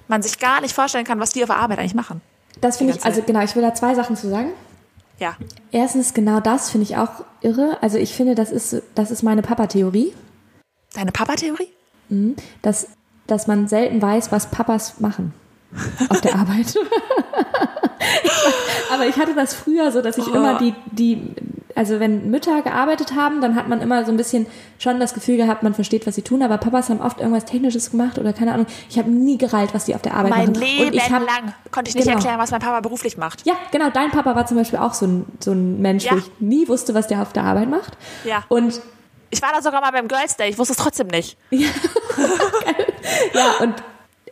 [SPEAKER 2] man sich gar nicht vorstellen kann, was die auf der Arbeit eigentlich machen.
[SPEAKER 1] Das finde ich,
[SPEAKER 2] ganze-
[SPEAKER 1] also genau, ich will da zwei Sachen zu sagen.
[SPEAKER 2] Ja.
[SPEAKER 1] Erstens, genau das finde ich auch irre. Also ich finde, das ist, das ist meine Papa-Theorie.
[SPEAKER 2] Deine Papa-Theorie?
[SPEAKER 1] dass, dass man selten weiß, was Papas machen auf
[SPEAKER 2] <laughs>
[SPEAKER 1] der Arbeit. <laughs> Aber ich hatte das früher so, dass
[SPEAKER 2] Oh.
[SPEAKER 1] ich immer die, die, also wenn Mütter gearbeitet haben, dann hat man immer so ein bisschen schon das Gefühl gehabt, man versteht, was sie tun, aber Papas haben oft irgendwas Technisches gemacht oder keine Ahnung. Ich habe nie gereilt, was die auf der Arbeit
[SPEAKER 2] Mein
[SPEAKER 1] machen.
[SPEAKER 2] Leben
[SPEAKER 1] Und ich hab-
[SPEAKER 2] lang konnte ich nicht
[SPEAKER 1] Genau.
[SPEAKER 2] erklären, was mein Papa beruflich macht.
[SPEAKER 1] ja, genau. Dein Papa war zum Beispiel auch so ein, so ein Mensch,
[SPEAKER 2] Ja.
[SPEAKER 1] wo ich nie wusste, was der auf der Arbeit macht.
[SPEAKER 2] Ja.
[SPEAKER 1] Und
[SPEAKER 2] Ich war da sogar mal beim Girls Day, ich wusste es trotzdem nicht.
[SPEAKER 1] Ja, und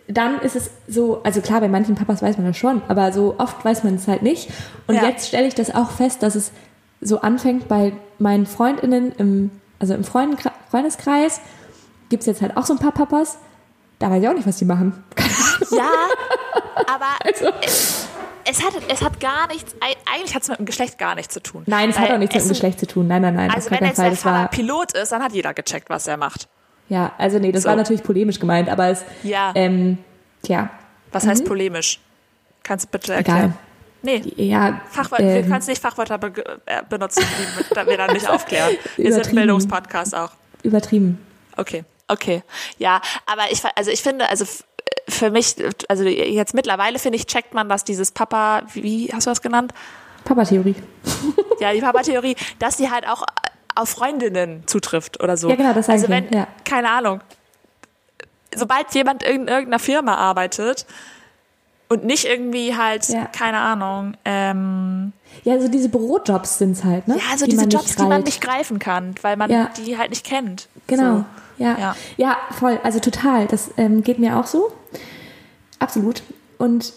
[SPEAKER 1] dann ist es so, also klar, bei manchen Papas weiß man das schon, aber so oft weiß man es halt nicht. Und
[SPEAKER 2] Ja.
[SPEAKER 1] jetzt stelle ich das auch fest, dass es so anfängt bei meinen Freundinnen, im, also im Freund, Freundeskreis, gibt es jetzt halt auch so ein paar Papas. Da weiß ich auch nicht, was die machen. <laughs>
[SPEAKER 2] Ja, <laughs> aber
[SPEAKER 1] Also,
[SPEAKER 2] es hat, es hat gar nichts, ei- eigentlich hat es mit dem Geschlecht gar nichts zu tun.
[SPEAKER 1] nein, es hat
[SPEAKER 2] Weil
[SPEAKER 1] auch nichts mit dem
[SPEAKER 2] Essen-
[SPEAKER 1] Geschlecht zu tun. Nein, nein, nein. auf
[SPEAKER 2] Also
[SPEAKER 1] gar
[SPEAKER 2] wenn
[SPEAKER 1] keinen
[SPEAKER 2] jetzt
[SPEAKER 1] Fall.
[SPEAKER 2] der
[SPEAKER 1] Das
[SPEAKER 2] Vater
[SPEAKER 1] war,
[SPEAKER 2] Pilot ist, dann hat jeder gecheckt, was er macht.
[SPEAKER 1] ja, also nee, das
[SPEAKER 2] So.
[SPEAKER 1] war natürlich polemisch gemeint, aber es,
[SPEAKER 2] Ja.
[SPEAKER 1] ähm, tja,
[SPEAKER 2] Was heißt polemisch? Kannst du bitte
[SPEAKER 1] egal.
[SPEAKER 2] erklären? Nee,
[SPEAKER 1] Ja,
[SPEAKER 2] Fachwörter, wir
[SPEAKER 1] ähm,
[SPEAKER 2] können nicht Fachwörter be äh, benutzen, die wir- wir dann nicht aufklären. <laughs> Wir sind ein
[SPEAKER 1] Übertrieben.
[SPEAKER 2] Bildungspodcast auch.
[SPEAKER 1] übertrieben.
[SPEAKER 2] Okay, okay. Ja, aber ich, fa- also ich finde, also f- für mich, also jetzt mittlerweile finde ich, checkt man, dass dieses Papa, wie hast du das genannt?
[SPEAKER 1] Papa-Theorie.
[SPEAKER 2] Ja, die Papa-Theorie, dass die halt auch auf Freundinnen zutrifft oder so.
[SPEAKER 1] Ja, genau, das sage
[SPEAKER 2] Also
[SPEAKER 1] ich ja,
[SPEAKER 2] wenn,
[SPEAKER 1] ja.
[SPEAKER 2] keine Ahnung, sobald jemand in irgendeiner Firma arbeitet und nicht irgendwie halt,
[SPEAKER 1] Ja.
[SPEAKER 2] keine Ahnung, ähm,
[SPEAKER 1] Ja, also diese Bürojobs sind es halt, ne?
[SPEAKER 2] ja, also
[SPEAKER 1] Die
[SPEAKER 2] diese
[SPEAKER 1] man
[SPEAKER 2] Jobs,
[SPEAKER 1] nicht
[SPEAKER 2] die man
[SPEAKER 1] rallt.
[SPEAKER 2] nicht greifen kann, weil man
[SPEAKER 1] Ja.
[SPEAKER 2] die halt nicht kennt.
[SPEAKER 1] Genau. Ja.
[SPEAKER 2] Ja.
[SPEAKER 1] ja. voll. Also total. Das ähm, geht mir auch so. Absolut. Und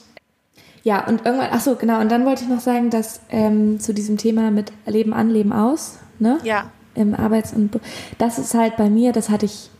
[SPEAKER 1] ja, und irgendwann, ach so, genau. Und dann wollte ich noch sagen, dass ähm, zu diesem Thema mit Leben an, Leben aus, ne?
[SPEAKER 2] So. Ja.
[SPEAKER 1] Im Arbeits- und Be- das ist halt bei mir, das hatte ich,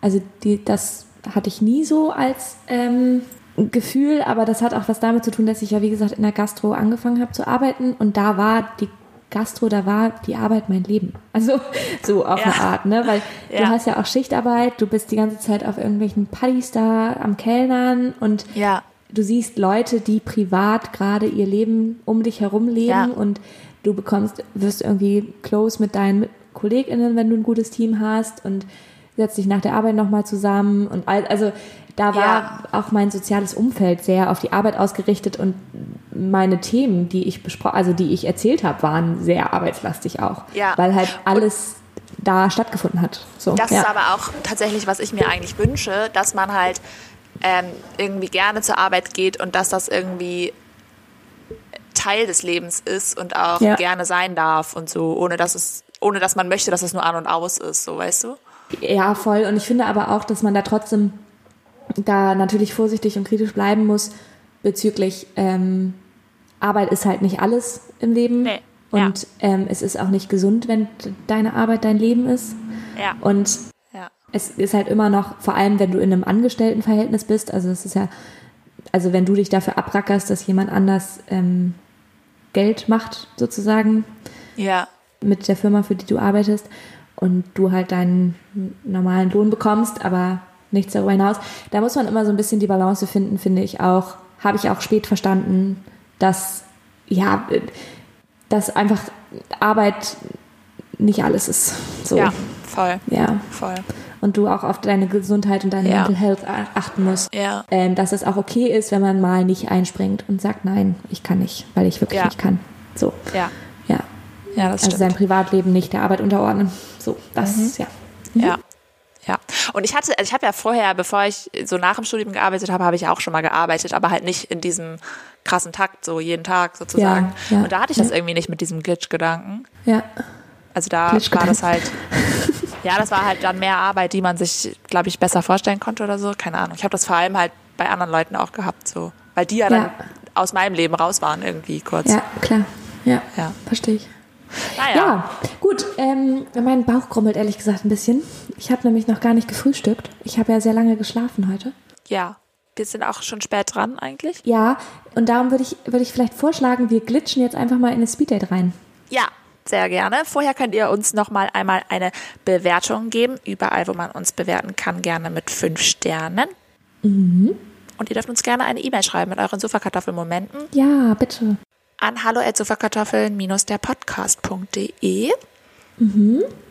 [SPEAKER 1] also die, das hatte ich nie so als ähm, Gefühl, aber das hat auch was damit zu tun, dass ich ja, wie gesagt, in der Gastro angefangen habe zu arbeiten und da war die Gastro, da war die Arbeit mein Leben. Also <laughs> so auf
[SPEAKER 2] Ja.
[SPEAKER 1] eine Art, ne? Weil
[SPEAKER 2] Ja.
[SPEAKER 1] du hast ja auch Schichtarbeit, du bist die ganze Zeit auf irgendwelchen Partys da, am Kellnern und
[SPEAKER 2] Ja.
[SPEAKER 1] du siehst Leute, die privat gerade ihr Leben um dich herum leben
[SPEAKER 2] Ja.
[SPEAKER 1] und du bekommst, wirst irgendwie close mit deinen KollegInnen, wenn du ein gutes Team hast und setzt dich nach der Arbeit nochmal zusammen und all, also da war auch mein soziales Umfeld sehr auf die Arbeit ausgerichtet und meine Themen, die ich besprochen, also die ich erzählt habe, waren sehr arbeitslastig auch,
[SPEAKER 2] Ja.
[SPEAKER 1] weil halt alles da stattgefunden hat. So,
[SPEAKER 2] Das
[SPEAKER 1] ja.
[SPEAKER 2] ist aber auch tatsächlich, was ich mir eigentlich wünsche, dass man halt ähm, irgendwie gerne zur Arbeit geht und dass das irgendwie Teil des Lebens ist und auch
[SPEAKER 1] Ja.
[SPEAKER 2] gerne sein darf und so, ohne dass es, ohne dass man möchte, dass es nur an und aus ist, so weißt du?
[SPEAKER 1] Ja, voll. Und ich finde aber auch, dass man da trotzdem da natürlich vorsichtig und kritisch bleiben muss bezüglich ähm, Arbeit ist halt nicht alles im Leben.
[SPEAKER 2] Nee, ja.
[SPEAKER 1] Und ähm, es ist auch nicht gesund, wenn d- deine Arbeit dein Leben ist.
[SPEAKER 2] Ja.
[SPEAKER 1] Und
[SPEAKER 2] ja.
[SPEAKER 1] es ist halt immer noch, vor allem wenn du in einem Angestelltenverhältnis bist, also es ist ja, also wenn du dich dafür abrackerst, dass jemand anders ähm, Geld macht, sozusagen,
[SPEAKER 2] Ja.
[SPEAKER 1] mit der Firma, für die du arbeitest und du halt deinen normalen Lohn bekommst, aber nichts darüber hinaus. Da muss man immer so ein bisschen die Balance finden, finde ich auch. Habe ich auch spät verstanden, dass ja, dass einfach Arbeit nicht alles ist. So.
[SPEAKER 2] Ja. Voll.
[SPEAKER 1] Ja.
[SPEAKER 2] Voll.
[SPEAKER 1] Und du auch auf deine Gesundheit und deine
[SPEAKER 2] Ja.
[SPEAKER 1] Mental Health a- achten musst.
[SPEAKER 2] Ja.
[SPEAKER 1] Ähm, dass es auch okay ist, wenn man mal nicht einspringt und sagt, nein, ich kann nicht, weil ich wirklich
[SPEAKER 2] Ja.
[SPEAKER 1] nicht kann. So.
[SPEAKER 2] Ja.
[SPEAKER 1] Ja.
[SPEAKER 2] Ja, das
[SPEAKER 1] Also
[SPEAKER 2] stimmt. Mhm.
[SPEAKER 1] sein Privatleben nicht der Arbeit unterordnen. So, das, ja.
[SPEAKER 2] Ja. Ja. Und ich hatte, also ich habe ja vorher, bevor ich so nach dem Studium gearbeitet habe, habe ich ja auch schon mal gearbeitet, aber halt nicht in diesem krassen Takt, so jeden Tag sozusagen.
[SPEAKER 1] Ja, ja,
[SPEAKER 2] und da hatte ich das
[SPEAKER 1] ja.
[SPEAKER 2] irgendwie nicht mit diesem Glitch-Gedanken.
[SPEAKER 1] Ja,
[SPEAKER 2] Also da war
[SPEAKER 1] Glitch-Gedanken.
[SPEAKER 2] das halt. Ja, das war halt dann mehr Arbeit, die man sich, glaube ich, besser vorstellen konnte oder so. Keine Ahnung. Ich habe das vor allem halt bei anderen Leuten auch gehabt, so. Weil die ja, dann
[SPEAKER 1] Ja.
[SPEAKER 2] aus meinem Leben raus waren irgendwie kurz.
[SPEAKER 1] ja, klar. Ja,
[SPEAKER 2] Ja.
[SPEAKER 1] verstehe ich.
[SPEAKER 2] Naja.
[SPEAKER 1] Ja, gut. Ähm, mein Bauch grummelt ehrlich gesagt ein bisschen. Ich habe nämlich noch gar nicht gefrühstückt. Ich habe ja sehr lange geschlafen heute.
[SPEAKER 2] ja. Wir sind auch schon spät dran eigentlich.
[SPEAKER 1] Ja, und darum würde ich, würde ich vielleicht vorschlagen, wir glitschen jetzt einfach mal in das Speeddate rein.
[SPEAKER 2] Ja, sehr gerne. Vorher könnt ihr uns noch mal einmal eine Bewertung geben. Überall, wo man uns bewerten kann, gerne mit fünf Sternen. Und ihr dürft uns gerne eine E-Mail schreiben mit euren Sofakartoffelmomenten
[SPEAKER 1] Ja, bitte.
[SPEAKER 2] an hallo@sofakartoffeln-der-podcast.de.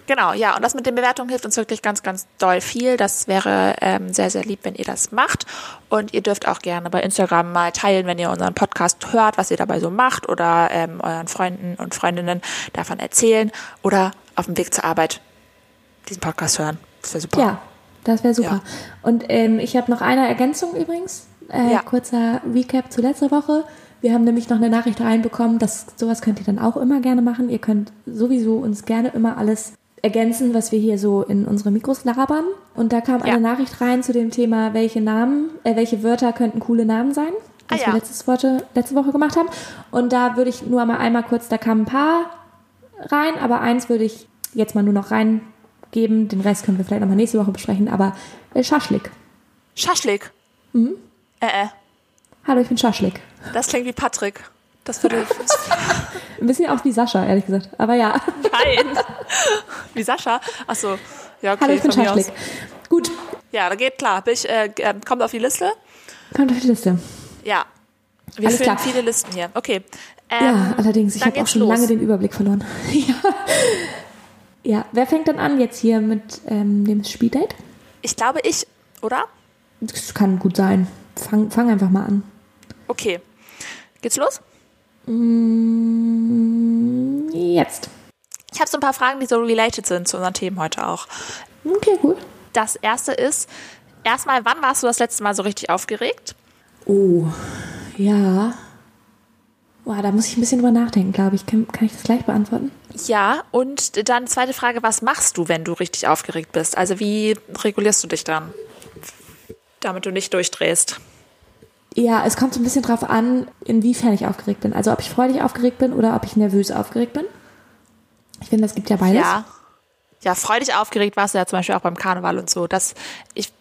[SPEAKER 2] Genau, ja, und das mit den Bewertungen hilft uns wirklich ganz, ganz doll viel. Das wäre ähm, sehr, sehr lieb, wenn ihr das macht. Und ihr dürft auch gerne bei Instagram mal teilen, wenn ihr unseren Podcast hört, was ihr dabei so macht oder ähm, euren Freunden und Freundinnen davon erzählen oder auf dem Weg zur Arbeit diesen Podcast hören. Das wäre super.
[SPEAKER 1] Ja, das wäre super.
[SPEAKER 2] Ja.
[SPEAKER 1] Und ähm, ich habe noch eine Ergänzung übrigens. Äh,
[SPEAKER 2] Ja.
[SPEAKER 1] Kurzer Recap zu letzter Woche. Wir haben nämlich noch eine Nachricht reinbekommen, dass sowas könnt ihr dann auch immer gerne machen. Ihr könnt sowieso uns gerne immer alles ergänzen, was wir hier so in unsere Mikros labern. Und da kam
[SPEAKER 2] Ja.
[SPEAKER 1] eine Nachricht rein zu dem Thema, welche Namen, äh, welche Wörter könnten coole Namen sein, was
[SPEAKER 2] Ah,
[SPEAKER 1] wir
[SPEAKER 2] ja.
[SPEAKER 1] letztes Worte, letzte Woche gemacht haben. Und da würde ich nur mal einmal kurz, da kamen ein paar rein, aber eins würde ich jetzt mal nur noch reingeben. Den Rest können wir vielleicht nochmal nächste Woche besprechen, aber äh, Schaschlik.
[SPEAKER 2] Schaschlik. Äh, äh,
[SPEAKER 1] Hallo, ich bin Schaschlik.
[SPEAKER 2] das klingt wie Patrick. Das würde.
[SPEAKER 1] Ein bisschen auch wie Sascha, ehrlich gesagt. Aber ja, <laughs>
[SPEAKER 2] Nein. <laughs> Wie Sascha. Achso. Ja, okay,
[SPEAKER 1] hallo, ich bin
[SPEAKER 2] von mir aus.
[SPEAKER 1] Schaschlik. Gut,
[SPEAKER 2] Ja, da geht klar. Bin ich, äh, g- ähm, kommt auf die Liste.
[SPEAKER 1] kommt auf die Liste.
[SPEAKER 2] Ja. Wir
[SPEAKER 1] Alles
[SPEAKER 2] führen
[SPEAKER 1] klar.
[SPEAKER 2] viele Listen hier. Okay. Ähm,
[SPEAKER 1] Ja, allerdings, ich
[SPEAKER 2] dann
[SPEAKER 1] habe auch
[SPEAKER 2] geht's
[SPEAKER 1] schon
[SPEAKER 2] los.
[SPEAKER 1] lange den Überblick verloren. <laughs> ja. ja, wer fängt denn an jetzt hier mit ähm, dem Spieldate?
[SPEAKER 2] Ich glaube, ich, oder?
[SPEAKER 1] Das kann gut sein. Fang, fang einfach mal an.
[SPEAKER 2] Okay. Geht's los?
[SPEAKER 1] Jetzt.
[SPEAKER 2] Ich habe so ein paar Fragen, die so related sind zu unseren Themen heute auch.
[SPEAKER 1] Okay, gut.
[SPEAKER 2] Das erste ist, Erstmal, wann warst du das letzte Mal so richtig aufgeregt?
[SPEAKER 1] Oh, ja. Boah, da muss ich ein bisschen drüber nachdenken, glaube ich. Kann, kann ich das gleich beantworten?
[SPEAKER 2] Ja, und dann zweite Frage, was machst du, wenn du richtig aufgeregt bist? Also wie regulierst du dich dann, damit du nicht durchdrehst?
[SPEAKER 1] Ja, es kommt so ein bisschen drauf an, inwiefern ich aufgeregt bin. Also ob ich freudig aufgeregt bin oder ob ich nervös aufgeregt bin. Ich finde, das gibt ja beides.
[SPEAKER 2] Ja. Ja, freudig aufgeregt warst du ja zum Beispiel auch beim Karneval und so. Das, ich,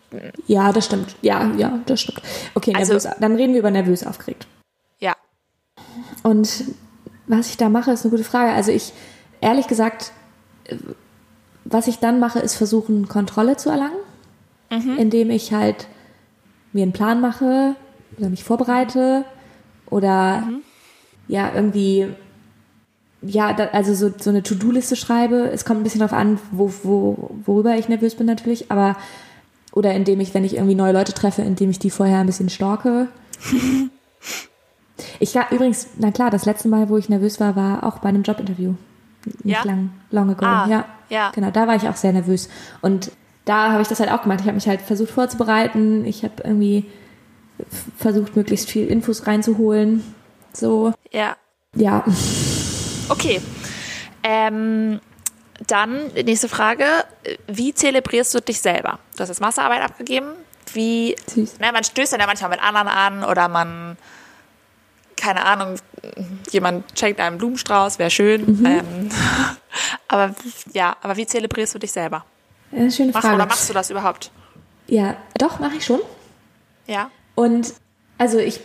[SPEAKER 1] Ja, das stimmt. Ja, ja, das stimmt. Okay,
[SPEAKER 2] Also-
[SPEAKER 1] nervös, dann reden wir über nervös aufgeregt.
[SPEAKER 2] ja,
[SPEAKER 1] Und was ich da mache, ist eine gute Frage. Also ich, ehrlich gesagt, äh, was ich dann mache, ist versuchen, Kontrolle zu erlangen, indem ich halt mir einen Plan mache oder mich vorbereite oder ja, irgendwie, ja, da, also so, so eine To-Do-Liste schreibe. Es kommt ein bisschen darauf an, wo, wo, worüber ich nervös bin natürlich, aber oder indem ich, wenn ich irgendwie neue Leute treffe, indem ich die vorher ein bisschen stalke. Ich war übrigens, na klar, das letzte Mal, wo ich nervös war, war auch bei einem Jobinterview. Nicht
[SPEAKER 2] Ja?
[SPEAKER 1] lang, long ago.
[SPEAKER 2] Ah,
[SPEAKER 1] ja.
[SPEAKER 2] ja.
[SPEAKER 1] Genau, da war ich auch sehr nervös. Und da habe ich das halt auch gemacht. Ich habe mich halt versucht vorzubereiten. Ich habe irgendwie f- versucht, möglichst viel Infos reinzuholen. So,
[SPEAKER 2] ja.
[SPEAKER 1] ja.
[SPEAKER 2] Okay. Ähm, dann nächste Frage. Wie zelebrierst du dich selber? Du hast jetzt Masterarbeit abgegeben. Wie,
[SPEAKER 1] Süß.
[SPEAKER 2] na, man stößt dann ja manchmal mit anderen an oder man, keine Ahnung, jemand schenkt einem Blumenstrauß, wäre schön. Ähm, <laughs> aber ja, aber wie zelebrierst du dich selber?
[SPEAKER 1] Äh, schöne
[SPEAKER 2] Machst,
[SPEAKER 1] Frage.
[SPEAKER 2] oder machst du das überhaupt?
[SPEAKER 1] Ja, doch, mache ich schon.
[SPEAKER 2] Ja.
[SPEAKER 1] Und also ich,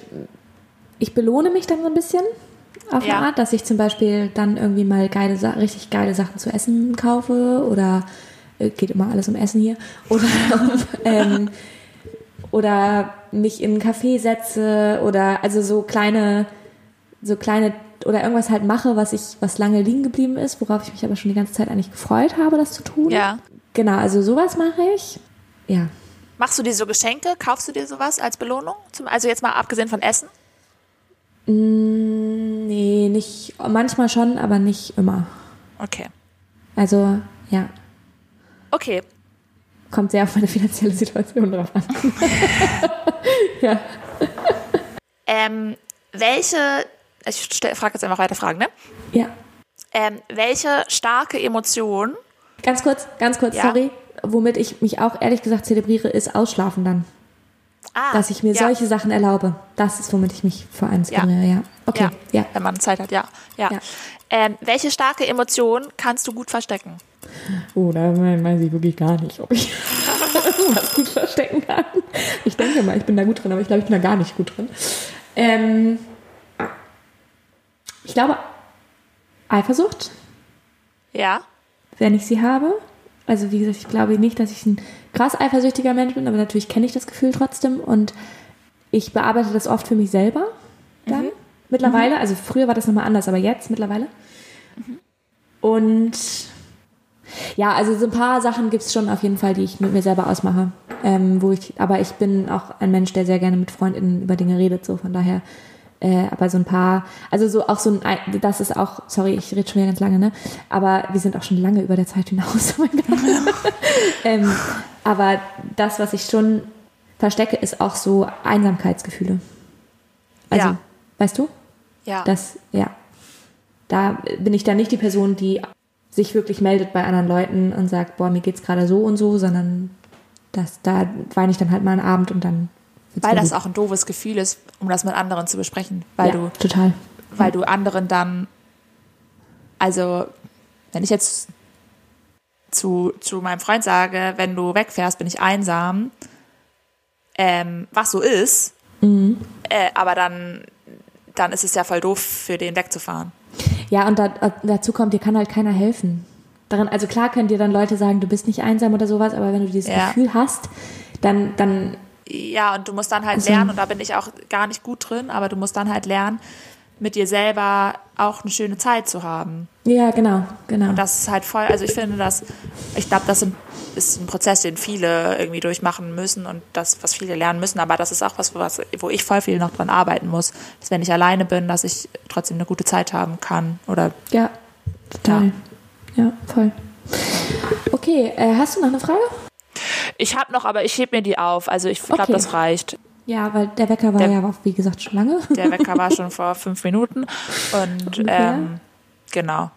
[SPEAKER 1] ich belohne mich dann so ein bisschen auf
[SPEAKER 2] Ja.
[SPEAKER 1] eine Art, dass ich zum Beispiel dann irgendwie mal geile, Sa- richtig geile Sachen zu essen kaufe oder äh, geht immer alles um Essen hier <laughs> oder, ähm, oder mich in einen Café setze oder also so kleine, so kleine oder irgendwas halt mache, was ich, was lange liegen geblieben ist, worauf ich mich aber schon die ganze Zeit eigentlich gefreut habe, das zu tun.
[SPEAKER 2] Ja.
[SPEAKER 1] Genau, also sowas mache ich. Ja.
[SPEAKER 2] Machst du dir so Geschenke? Kaufst du dir sowas als Belohnung? Zum, also jetzt mal abgesehen von Essen?
[SPEAKER 1] Nee, nicht manchmal schon, aber nicht immer.
[SPEAKER 2] Okay.
[SPEAKER 1] Also, ja,
[SPEAKER 2] Okay.
[SPEAKER 1] kommt sehr auf meine finanzielle Situation drauf an. ja.
[SPEAKER 2] Ähm, welche, ich frage jetzt einfach weiter Fragen, ne?
[SPEAKER 1] ja,
[SPEAKER 2] Ähm, welche starke Emotion?
[SPEAKER 1] ganz kurz, ganz kurz,
[SPEAKER 2] Ja.
[SPEAKER 1] sorry. Womit ich mich auch ehrlich gesagt zelebriere, ist Ausschlafen dann.
[SPEAKER 2] Ah,
[SPEAKER 1] Dass ich mir
[SPEAKER 2] ja,
[SPEAKER 1] solche Sachen erlaube. Das ist, womit ich mich vor allem zelebriere, ja. Okay, ja.
[SPEAKER 2] ja, wenn man Zeit hat, ja, ja.
[SPEAKER 1] Ja.
[SPEAKER 2] Ähm, welche starke Emotion kannst du gut verstecken?
[SPEAKER 1] Oh, da weiß ich wirklich gar nicht, ob ich <laughs> was gut verstecken kann. Ich denke mal, ich bin da gut drin, aber ich glaube, ich bin da gar nicht gut drin. Ähm, ich glaube, Eifersucht,
[SPEAKER 2] Ja,
[SPEAKER 1] wenn ich sie habe. Also wie gesagt, ich glaube nicht, dass ich ein krass eifersüchtiger Mensch bin, aber natürlich kenne ich das Gefühl trotzdem und ich bearbeite das oft für mich selber dann mittlerweile. Also früher war das nochmal anders, aber jetzt mittlerweile. Und ja, also so ein paar Sachen gibt es schon auf jeden Fall, die ich mit mir selber ausmache. Ähm, wo ich, aber ich bin auch ein Mensch, der sehr gerne mit Freundinnen über Dinge redet, so von daher. Äh, aber so ein paar, also so auch so ein, ein- das ist auch, sorry, ich rede schon wieder ganz lange, ne? Aber wir sind auch schon lange über der Zeit hinaus. <laughs> Oh mein Gott. ähm, aber das, was ich schon verstecke, ist auch so Einsamkeitsgefühle. Also,
[SPEAKER 2] Ja.
[SPEAKER 1] weißt du?
[SPEAKER 2] ja,
[SPEAKER 1] Das, ja. Da bin ich dann nicht die Person, die sich wirklich meldet bei anderen Leuten und sagt, boah, mir geht's gerade so und so, sondern das, da weine ich dann halt mal einen Abend und dann. wird's
[SPEAKER 2] weil
[SPEAKER 1] wieder
[SPEAKER 2] das
[SPEAKER 1] gut.
[SPEAKER 2] auch ein doofes Gefühl ist, um das mit anderen zu besprechen, weil
[SPEAKER 1] ja,
[SPEAKER 2] du,
[SPEAKER 1] total.
[SPEAKER 2] weil du anderen dann, also wenn ich jetzt zu, zu meinem Freund sage, wenn du wegfährst, bin ich einsam, ähm, was so ist, äh, aber dann, dann ist es ja voll doof, für den wegzufahren.
[SPEAKER 1] Ja, und da, dazu kommt, dir kann halt keiner helfen. Daran, also klar können dir dann Leute sagen, du bist nicht einsam oder sowas, aber wenn du dieses
[SPEAKER 2] Ja.
[SPEAKER 1] Gefühl hast, dann, dann
[SPEAKER 2] Ja, und du musst dann halt lernen, und da bin ich auch gar nicht gut drin, aber du musst dann halt lernen, mit dir selber auch eine schöne Zeit zu haben.
[SPEAKER 1] ja, genau, genau.
[SPEAKER 2] Das ist halt voll, also ich finde das, ich glaube, das sind- ist ein Prozess, den viele irgendwie durchmachen müssen und das, was viele lernen müssen, aber das ist auch was, was wo ich voll viel noch dran arbeiten muss, dass wenn ich alleine bin, dass ich trotzdem eine gute Zeit haben kann oder
[SPEAKER 1] ja, total. Ja, voll. Okay, äh, hast du noch eine Frage?
[SPEAKER 2] Ich habe noch, aber ich heb mir die auf. Also ich glaube,
[SPEAKER 1] Okay.
[SPEAKER 2] das reicht.
[SPEAKER 1] Ja, weil der Wecker war
[SPEAKER 2] Der-
[SPEAKER 1] ja, wie gesagt, schon lange.
[SPEAKER 2] Der Wecker war schon vor fünf Minuten. Und
[SPEAKER 1] Ungefähr.
[SPEAKER 2] ähm, genau.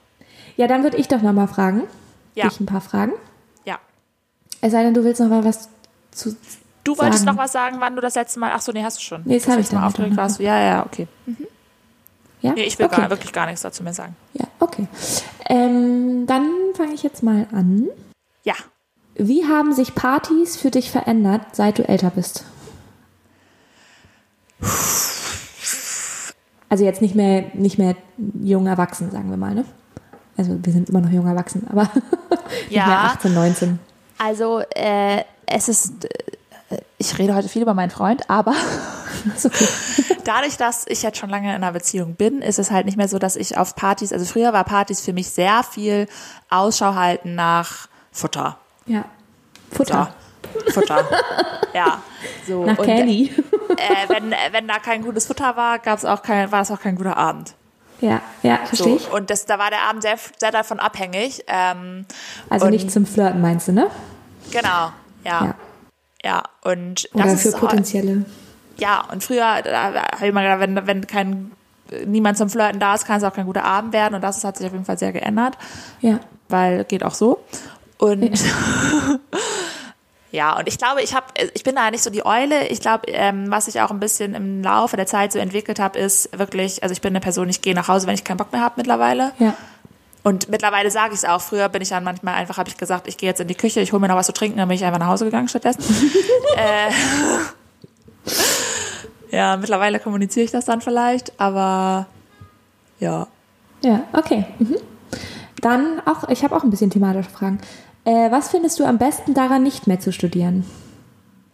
[SPEAKER 1] Ja, dann würde ich doch nochmal fragen.
[SPEAKER 2] Ja.
[SPEAKER 1] Dich ein paar Fragen.
[SPEAKER 2] Ja.
[SPEAKER 1] Es sei denn, du willst noch mal was zu.
[SPEAKER 2] Du wolltest
[SPEAKER 1] Sagen.
[SPEAKER 2] noch was sagen, wann du das letzte Mal. Ach so, nee, hast du schon.
[SPEAKER 1] Nee, das hab ich
[SPEAKER 2] letzte
[SPEAKER 1] dann
[SPEAKER 2] Mal
[SPEAKER 1] nicht
[SPEAKER 2] aufgeregt
[SPEAKER 1] noch.
[SPEAKER 2] warst. du. Ja, ja, okay.
[SPEAKER 1] Ja,
[SPEAKER 2] Nee, ich will
[SPEAKER 1] okay.
[SPEAKER 2] gar, wirklich gar nichts dazu mehr sagen.
[SPEAKER 1] Ja, okay. Ähm, dann fange ich jetzt mal an.
[SPEAKER 2] Ja.
[SPEAKER 1] Wie haben sich Partys für dich verändert, seit du älter bist? Also jetzt nicht mehr, nicht mehr jung erwachsen, sagen wir mal, ne? Also wir sind immer noch jung erwachsen, aber <laughs> nicht mehr
[SPEAKER 2] Ja.
[SPEAKER 1] 18, 19.
[SPEAKER 2] Also, äh, es ist. äh, Ich rede heute viel über meinen Freund, aber <laughs>
[SPEAKER 1] Ist okay.
[SPEAKER 2] dadurch, dass ich jetzt schon lange in einer Beziehung bin, ist es halt nicht mehr so, dass ich auf Partys, also früher war Partys für mich sehr viel Ausschau halten nach Futter.
[SPEAKER 1] Ja. Futter.
[SPEAKER 2] Futter. Futter. ja. So.
[SPEAKER 1] Nach
[SPEAKER 2] Und,
[SPEAKER 1] Candy.
[SPEAKER 2] <laughs> Äh, wenn, äh, wenn da kein gutes Futter war, gab's auch kein, war es auch kein guter Abend.
[SPEAKER 1] Ja, ja, verstehe
[SPEAKER 2] So.
[SPEAKER 1] ich.
[SPEAKER 2] Und das, da war der Abend sehr, sehr davon abhängig. Ähm,
[SPEAKER 1] Also
[SPEAKER 2] und,
[SPEAKER 1] nicht zum Flirten meinst du, ne?
[SPEAKER 2] Genau. Ja.
[SPEAKER 1] Ja.
[SPEAKER 2] Ja. Und
[SPEAKER 1] Oder
[SPEAKER 2] das
[SPEAKER 1] für
[SPEAKER 2] ist halt- auch,
[SPEAKER 1] potenzielle.
[SPEAKER 2] ja, und früher da habe ich immer gedacht, wenn, wenn kein niemand zum Flirten da ist, kann es auch kein guter Abend werden. Und das hat sich auf jeden Fall sehr geändert,
[SPEAKER 1] Ja.
[SPEAKER 2] weil geht auch so. Und <laughs> ja, und ich glaube, ich habe, ich bin da nicht so die Eule. Ich glaube, ähm, was ich auch ein bisschen im Laufe der Zeit so entwickelt habe, ist wirklich, also ich bin eine Person, ich gehe nach Hause, wenn ich keinen Bock mehr habe mittlerweile.
[SPEAKER 1] Ja.
[SPEAKER 2] Und mittlerweile sage ich es auch. Früher bin ich dann manchmal einfach, habe ich gesagt, ich gehe jetzt in die Küche, ich hole mir noch was zu trinken, dann bin ich einfach nach Hause gegangen <laughs> stattdessen. äh, <laughs> ja, mittlerweile kommuniziere ich das dann vielleicht, aber ja.
[SPEAKER 1] Ja, okay. Mhm. Dann auch, ich habe auch ein bisschen thematische Fragen. Äh, was findest du am besten daran, nicht mehr zu studieren?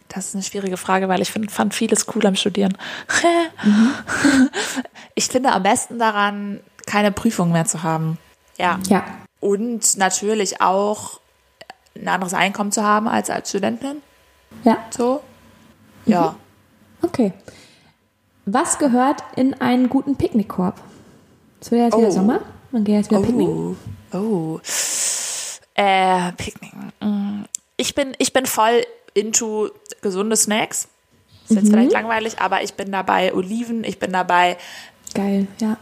[SPEAKER 2] Das ist eine schwierige Frage, weil ich find, fand vieles cool am Studieren. <laughs> Mhm. ich finde am besten daran, keine Prüfung mehr zu haben. Ja.
[SPEAKER 1] Ja,
[SPEAKER 2] Und natürlich auch ein anderes Einkommen zu haben als als Studentin.
[SPEAKER 1] ja,
[SPEAKER 2] So. Ja.
[SPEAKER 1] okay. Was gehört in einen guten Picknickkorb? Es wird ja jetzt wieder
[SPEAKER 2] Oh.
[SPEAKER 1] Sommer, man geht jetzt wieder picknicken.
[SPEAKER 2] Oh. oh. Äh, Picknicken. Mm. Ich bin, ich bin voll into gesunde Snacks. Ist
[SPEAKER 1] Mhm.
[SPEAKER 2] jetzt vielleicht langweilig, aber ich bin dabei Oliven, ich bin dabei
[SPEAKER 1] Geil, ja.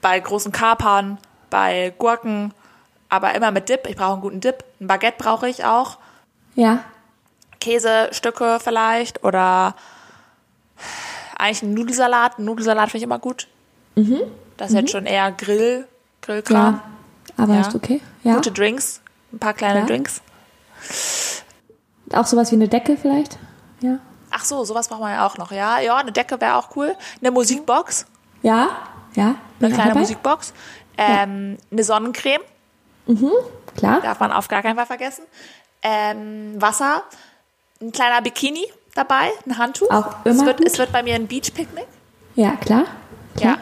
[SPEAKER 2] bei großen Kapern, bei Gurken, aber immer mit Dip. Ich brauche einen guten Dip. Ein Baguette brauche ich auch.
[SPEAKER 1] Ja,
[SPEAKER 2] Käsestücke vielleicht oder eigentlich einen Nudelsalat. Einen Nudelsalat finde ich immer gut. Das ist jetzt schon eher Grill, Grillkram.
[SPEAKER 1] Mhm. ja. Aber
[SPEAKER 2] Ja.
[SPEAKER 1] ist okay. Ja.
[SPEAKER 2] Gute Drinks, ein paar kleine
[SPEAKER 1] Ja.
[SPEAKER 2] Drinks.
[SPEAKER 1] Auch sowas wie eine Decke vielleicht? Ja.
[SPEAKER 2] Ach so, sowas braucht man ja auch noch. Ja, ja, eine Decke wäre auch cool. Eine Musikbox,
[SPEAKER 1] Ja, ja. bin
[SPEAKER 2] eine
[SPEAKER 1] ich auch
[SPEAKER 2] kleine
[SPEAKER 1] dabei.
[SPEAKER 2] Musikbox. Ähm, Eine Sonnencreme,
[SPEAKER 1] Klar.
[SPEAKER 2] darf man auf gar keinen Fall vergessen. Ähm, Wasser, ein kleiner Bikini dabei, ein Handtuch.
[SPEAKER 1] Auch
[SPEAKER 2] es,
[SPEAKER 1] immer
[SPEAKER 2] wird,
[SPEAKER 1] gut.
[SPEAKER 2] es wird bei mir ein Beachpicknick.
[SPEAKER 1] Ja, klar.
[SPEAKER 2] Ja.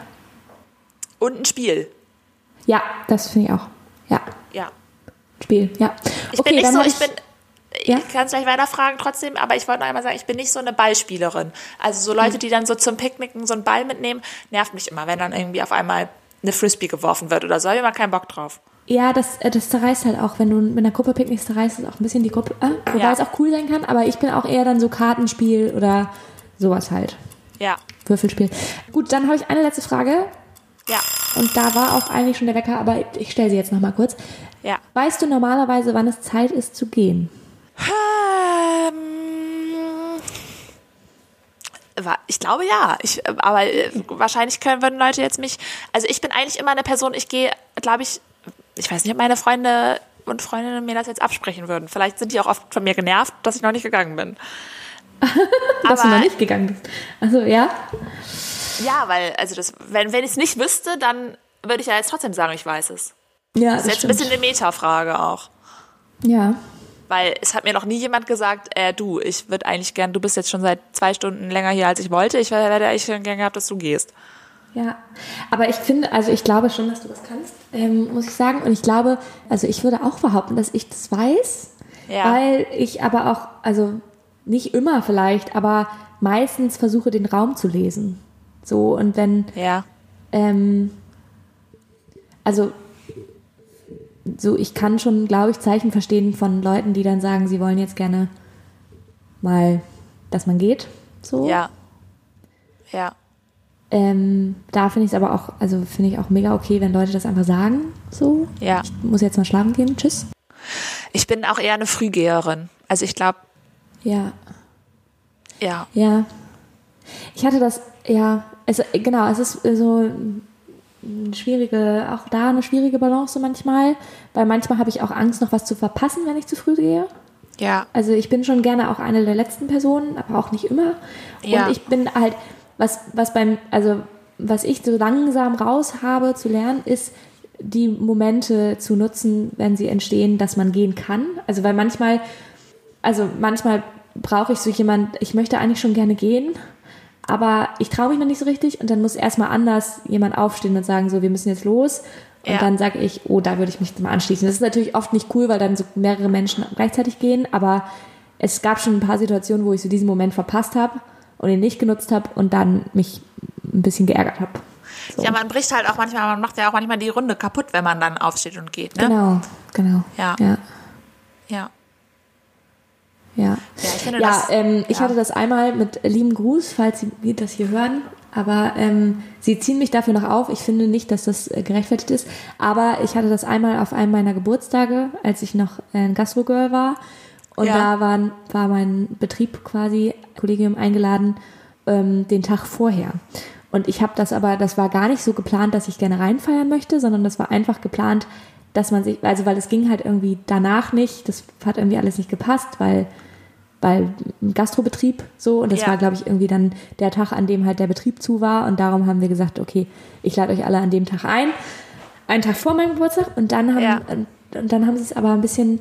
[SPEAKER 2] Und ein Spiel.
[SPEAKER 1] Ja, das finde ich auch. Ja.
[SPEAKER 2] Ja.
[SPEAKER 1] Spiel, ja.
[SPEAKER 2] Ich bin nicht
[SPEAKER 1] dann
[SPEAKER 2] so,
[SPEAKER 1] hab
[SPEAKER 2] ich bin.
[SPEAKER 1] Ja?
[SPEAKER 2] Ich kann es gleich weiterfragen trotzdem, aber ich wollte noch einmal sagen, ich bin nicht so eine Ballspielerin. Also so
[SPEAKER 1] Mhm.
[SPEAKER 2] Leute, die dann so zum Picknicken so einen Ball mitnehmen, nervt mich immer, wenn dann irgendwie auf einmal eine Frisbee geworfen wird oder so. Hab ich immer keinen Bock drauf.
[SPEAKER 1] Ja, das, äh, das zerreißt halt auch, wenn du mit einer Gruppe picknickst, zerreißt es auch ein bisschen die Gruppe, äh, wobei
[SPEAKER 2] Ja.
[SPEAKER 1] es auch cool sein kann, aber ich bin auch eher dann so Kartenspiel oder sowas halt.
[SPEAKER 2] Ja,
[SPEAKER 1] Würfelspiel. Gut, dann habe ich eine letzte Frage
[SPEAKER 2] ja,
[SPEAKER 1] und da war auch eigentlich schon der Wecker, aber ich stelle sie jetzt nochmal kurz.
[SPEAKER 2] ja.
[SPEAKER 1] Weißt du normalerweise, wann es Zeit ist zu gehen?
[SPEAKER 2] Ähm, wa- ich glaube ja. Ich, äh, aber äh, wahrscheinlich können, würden Leute jetzt mich. Also ich bin eigentlich immer eine Person, ich gehe, glaube ich, ich weiß nicht, ob meine Freunde und Freundinnen mir das jetzt absprechen würden. Vielleicht sind die auch oft von mir genervt, dass ich noch nicht
[SPEAKER 1] <laughs>
[SPEAKER 2] gegangen bin.
[SPEAKER 1] Dass du
[SPEAKER 2] Aber-
[SPEAKER 1] noch nicht gegangen bist. Also ja,
[SPEAKER 2] Ja, weil, also das, wenn, wenn ich es nicht wüsste, dann würde ich ja jetzt trotzdem sagen, ich weiß es.
[SPEAKER 1] ja, das
[SPEAKER 2] Das ist jetzt ein bisschen
[SPEAKER 1] stimmt.
[SPEAKER 2] eine Metafrage auch.
[SPEAKER 1] Ja,
[SPEAKER 2] Weil es hat mir noch nie jemand gesagt, äh, du, ich würde eigentlich gern, du bist jetzt schon seit zwei Stunden länger hier, als ich wollte. Ich wär- hätte eigentlich gern gehabt, dass du gehst.
[SPEAKER 1] ja. Aber ich finde, also ich glaube schon, dass du das kannst, ähm, muss ich sagen. Und ich glaube, also ich würde auch behaupten, dass ich das weiß.
[SPEAKER 2] Ja.
[SPEAKER 1] Weil ich aber auch, also nicht immer vielleicht, aber meistens versuche, den Raum zu lesen. So, und wenn,
[SPEAKER 2] ja.
[SPEAKER 1] ähm, also, so, ich kann schon, glaube ich, Zeichen verstehen von Leuten, die dann sagen, sie wollen jetzt gerne mal, dass man geht. So.
[SPEAKER 2] Ja. Ja.
[SPEAKER 1] Ähm, da finde ich es aber auch, also finde ich auch mega okay, wenn Leute das einfach sagen. So.
[SPEAKER 2] Ja.
[SPEAKER 1] Ich muss jetzt mal schlafen gehen. Tschüss.
[SPEAKER 2] Ich bin auch eher eine Frühgeherin. Also ich glaube,
[SPEAKER 1] Ja.
[SPEAKER 2] ja.
[SPEAKER 1] Ja. Ich hatte das, ja, also äh, genau, es ist äh, so ein- eine schwierige, auch da eine schwierige Balance manchmal, weil manchmal habe ich auch Angst, noch was zu verpassen, wenn ich zu früh gehe.
[SPEAKER 2] Ja.
[SPEAKER 1] Also ich bin schon gerne auch eine der letzten Personen, aber auch nicht immer.
[SPEAKER 2] Ja.
[SPEAKER 1] Und ich bin halt, was, was beim, also was ich so langsam raus habe zu lernen, ist die Momente zu nutzen, wenn sie entstehen, dass man gehen kann. Also weil manchmal, also manchmal brauche ich so jemand, ich möchte eigentlich schon gerne gehen, aber ich traue mich noch nicht so richtig und dann muss erstmal anders jemand aufstehen und sagen, so, wir müssen jetzt los. Und
[SPEAKER 2] Ja.
[SPEAKER 1] dann sage ich, oh, da würde ich mich mal anschließen. Das ist natürlich oft nicht cool, weil dann so mehrere Menschen gleichzeitig gehen, aber es gab schon ein paar Situationen, wo ich so diesen Moment verpasst habe und ihn nicht genutzt habe und dann mich ein bisschen geärgert habe. So.
[SPEAKER 2] Ja, man bricht halt auch manchmal, man macht ja auch manchmal die Runde kaputt, wenn man dann aufsteht und geht, ne?
[SPEAKER 1] Genau, genau.
[SPEAKER 2] Ja.
[SPEAKER 1] ja.
[SPEAKER 2] Ja.
[SPEAKER 1] Ja,
[SPEAKER 2] Ja, ich finde
[SPEAKER 1] ja,
[SPEAKER 2] das-
[SPEAKER 1] ähm, ich
[SPEAKER 2] ja.
[SPEAKER 1] hatte das einmal mit lieben Gruß, falls Sie das hier hören. Aber ähm, Sie ziehen mich dafür noch auf. Ich finde nicht, dass das äh, gerechtfertigt ist. Aber ich hatte das einmal auf einem meiner Geburtstage, als ich noch äh, ein Gastro-Girl war. Und
[SPEAKER 2] Ja.
[SPEAKER 1] da waren, war mein Betrieb quasi, Kollegium eingeladen, ähm, den Tag vorher. Und ich habe das aber, das war gar nicht so geplant, dass ich gerne reinfeiern möchte, sondern das war einfach geplant, dass man sich, also weil es ging halt irgendwie danach nicht, das hat irgendwie alles nicht gepasst, weil weil ein Gastrobetrieb so und das
[SPEAKER 2] Ja.
[SPEAKER 1] war glaube ich irgendwie dann der Tag, an dem halt der Betrieb zu war und darum haben wir gesagt, okay, ich lade euch alle an dem Tag ein, einen Tag vor meinem Geburtstag und dann haben
[SPEAKER 2] Ja.
[SPEAKER 1] und, und dann haben sie es aber ein bisschen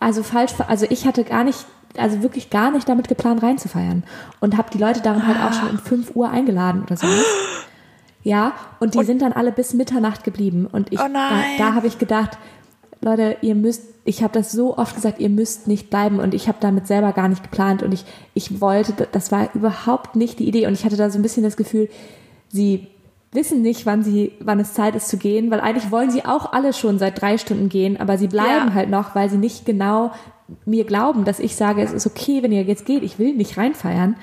[SPEAKER 1] also falsch, ver- also ich hatte gar nicht, also wirklich gar nicht damit geplant reinzufeiern und habe die Leute darum halt auch schon um 5 Uhr eingeladen oder so.
[SPEAKER 2] <gasps>
[SPEAKER 1] Ja, und die sind dann alle bis Mitternacht geblieben. Und ich,
[SPEAKER 2] Oh
[SPEAKER 1] da,
[SPEAKER 2] nein.
[SPEAKER 1] da habe ich gedacht, Leute, ihr müsst, ich habe das so oft gesagt, ihr müsst nicht bleiben. Und ich habe damit selber gar nicht geplant. Und ich, ich wollte, das war überhaupt nicht die Idee. Und ich hatte da so ein bisschen das Gefühl, sie wissen nicht, wann sie, wann es Zeit ist zu gehen, weil eigentlich wollen sie auch alle schon seit drei Stunden gehen, aber sie bleiben
[SPEAKER 2] Ja.
[SPEAKER 1] halt noch, weil sie nicht genau mir glauben, dass ich sage, es ist okay, wenn ihr jetzt geht, ich will nicht reinfeiern.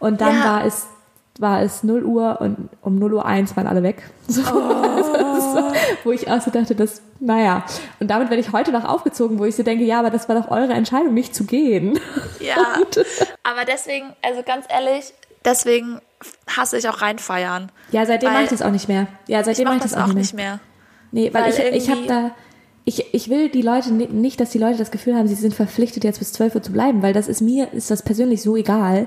[SPEAKER 1] Und dann
[SPEAKER 2] Ja.
[SPEAKER 1] war es war es 0 Uhr und um 0 Uhr 1 waren alle weg. <laughs> So, also das ist so, wo ich auch so dachte, das, naja. Und damit werde ich heute noch aufgezogen, wo ich so denke, ja, aber das war doch eure Entscheidung, nicht zu gehen.
[SPEAKER 2] Ja. Aber deswegen, also ganz ehrlich, deswegen hasse ich auch reinfeiern.
[SPEAKER 1] Ja, seitdem
[SPEAKER 2] Weil-
[SPEAKER 1] mache ich das auch nicht mehr. Ja,
[SPEAKER 2] Ich
[SPEAKER 1] seitdem
[SPEAKER 2] mach
[SPEAKER 1] mache
[SPEAKER 2] das auch nicht mehr.
[SPEAKER 1] Nee, weil,
[SPEAKER 2] Weil
[SPEAKER 1] ich, ich habe
[SPEAKER 2] irgendwie-
[SPEAKER 1] da. Ich, ich will die Leute ni- nicht, dass die Leute das Gefühl haben, sie sind verpflichtet, jetzt bis 12 Uhr zu bleiben, weil das ist mir, ist das persönlich so egal.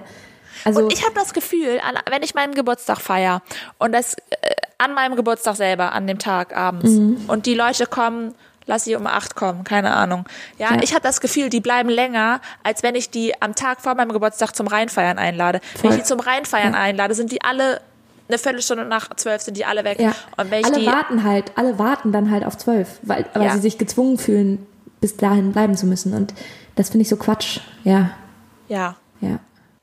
[SPEAKER 1] Also,
[SPEAKER 2] Und ich habe das Gefühl, an, wenn ich meinen Geburtstag feiere und das äh, an meinem Geburtstag selber, an dem Tag abends,
[SPEAKER 1] Mhm.
[SPEAKER 2] und die Leute kommen, lass sie um acht kommen, keine Ahnung. Ja, ich habe das Gefühl, die bleiben länger, als wenn ich die am Tag vor meinem Geburtstag zum Reinfeiern einlade. Wenn ich
[SPEAKER 1] Voll.
[SPEAKER 2] die zum Reinfeiern einlade, sind die alle eine Viertelstunde nach zwölf sind die alle weg.
[SPEAKER 1] ja,
[SPEAKER 2] Und wenn ich
[SPEAKER 1] alle
[SPEAKER 2] die
[SPEAKER 1] warten halt, alle warten dann halt auf 12, weil, weil
[SPEAKER 2] Ja.
[SPEAKER 1] sie sich gezwungen fühlen, bis dahin bleiben zu müssen. Und das finde ich so Quatsch. Ja,
[SPEAKER 2] ja.
[SPEAKER 1] ja.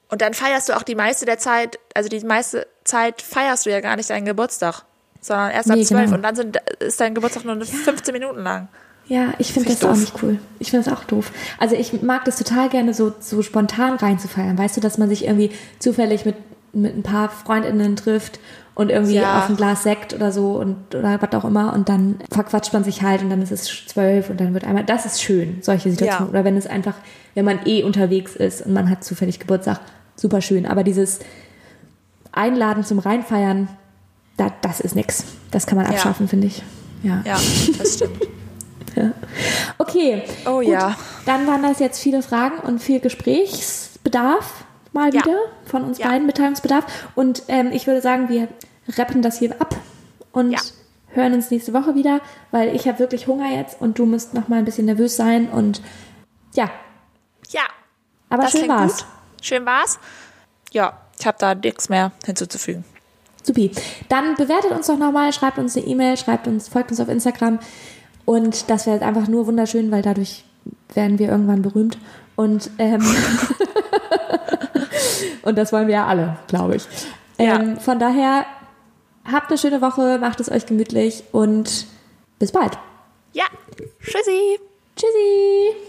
[SPEAKER 2] Und dann feierst du auch die meiste der Zeit, also die meiste Zeit feierst du ja gar nicht deinen Geburtstag, sondern erst ab
[SPEAKER 1] Nee,
[SPEAKER 2] zwölf
[SPEAKER 1] genau.
[SPEAKER 2] und dann sind, ist dein Geburtstag nur 15 Minuten lang.
[SPEAKER 1] Ja, ich finde
[SPEAKER 2] Find ich
[SPEAKER 1] das auch
[SPEAKER 2] doof.
[SPEAKER 1] nicht cool. Ich finde das auch doof. Also ich mag das total gerne so, so spontan reinzufeiern. Weißt du, dass man sich irgendwie zufällig mit, mit ein paar Freundinnen trifft und irgendwie
[SPEAKER 2] Ja.
[SPEAKER 1] auf ein Glas Sekt oder so und oder was auch immer und dann verquatscht man sich halt und dann ist es zwölf und dann wird einmal, das ist schön, solche Situationen.
[SPEAKER 2] Ja.
[SPEAKER 1] Oder wenn es einfach, wenn man eh unterwegs ist und man hat zufällig Geburtstag, super schön. Aber dieses Einladen zum Reinfeiern, da, das ist nix. Das kann man abschaffen, finde ich. Ja.
[SPEAKER 2] Ja, das stimmt.
[SPEAKER 1] Okay.
[SPEAKER 2] Oh ja.
[SPEAKER 1] Dann waren das jetzt viele Fragen und viel Gesprächsbedarf mal
[SPEAKER 2] Ja.
[SPEAKER 1] wieder von uns
[SPEAKER 2] Ja.
[SPEAKER 1] beiden, Mitteilungsbedarf. Und ähm, ich würde sagen, wir rappen das hier ab und
[SPEAKER 2] Ja.
[SPEAKER 1] hören uns nächste Woche wieder, weil ich habe wirklich Hunger jetzt und du musst noch mal ein bisschen nervös sein und ja,
[SPEAKER 2] Ja,
[SPEAKER 1] aber
[SPEAKER 2] das
[SPEAKER 1] schön
[SPEAKER 2] klingt
[SPEAKER 1] war's.
[SPEAKER 2] gut. Schön war's. Ja, ich habe da nichts mehr hinzuzufügen.
[SPEAKER 1] Supi. Dann bewertet uns doch nochmal, schreibt uns eine E-Mail, schreibt uns, folgt uns auf Instagram. Und das wäre jetzt einfach nur wunderschön, weil dadurch werden wir irgendwann berühmt. Und, ähm, <laughs> und das wollen wir ja alle, glaube ich.
[SPEAKER 2] Ja.
[SPEAKER 1] Ähm, Von daher, habt eine schöne Woche, macht es euch gemütlich und bis bald.
[SPEAKER 2] Ja, tschüssi.
[SPEAKER 1] Tschüssi!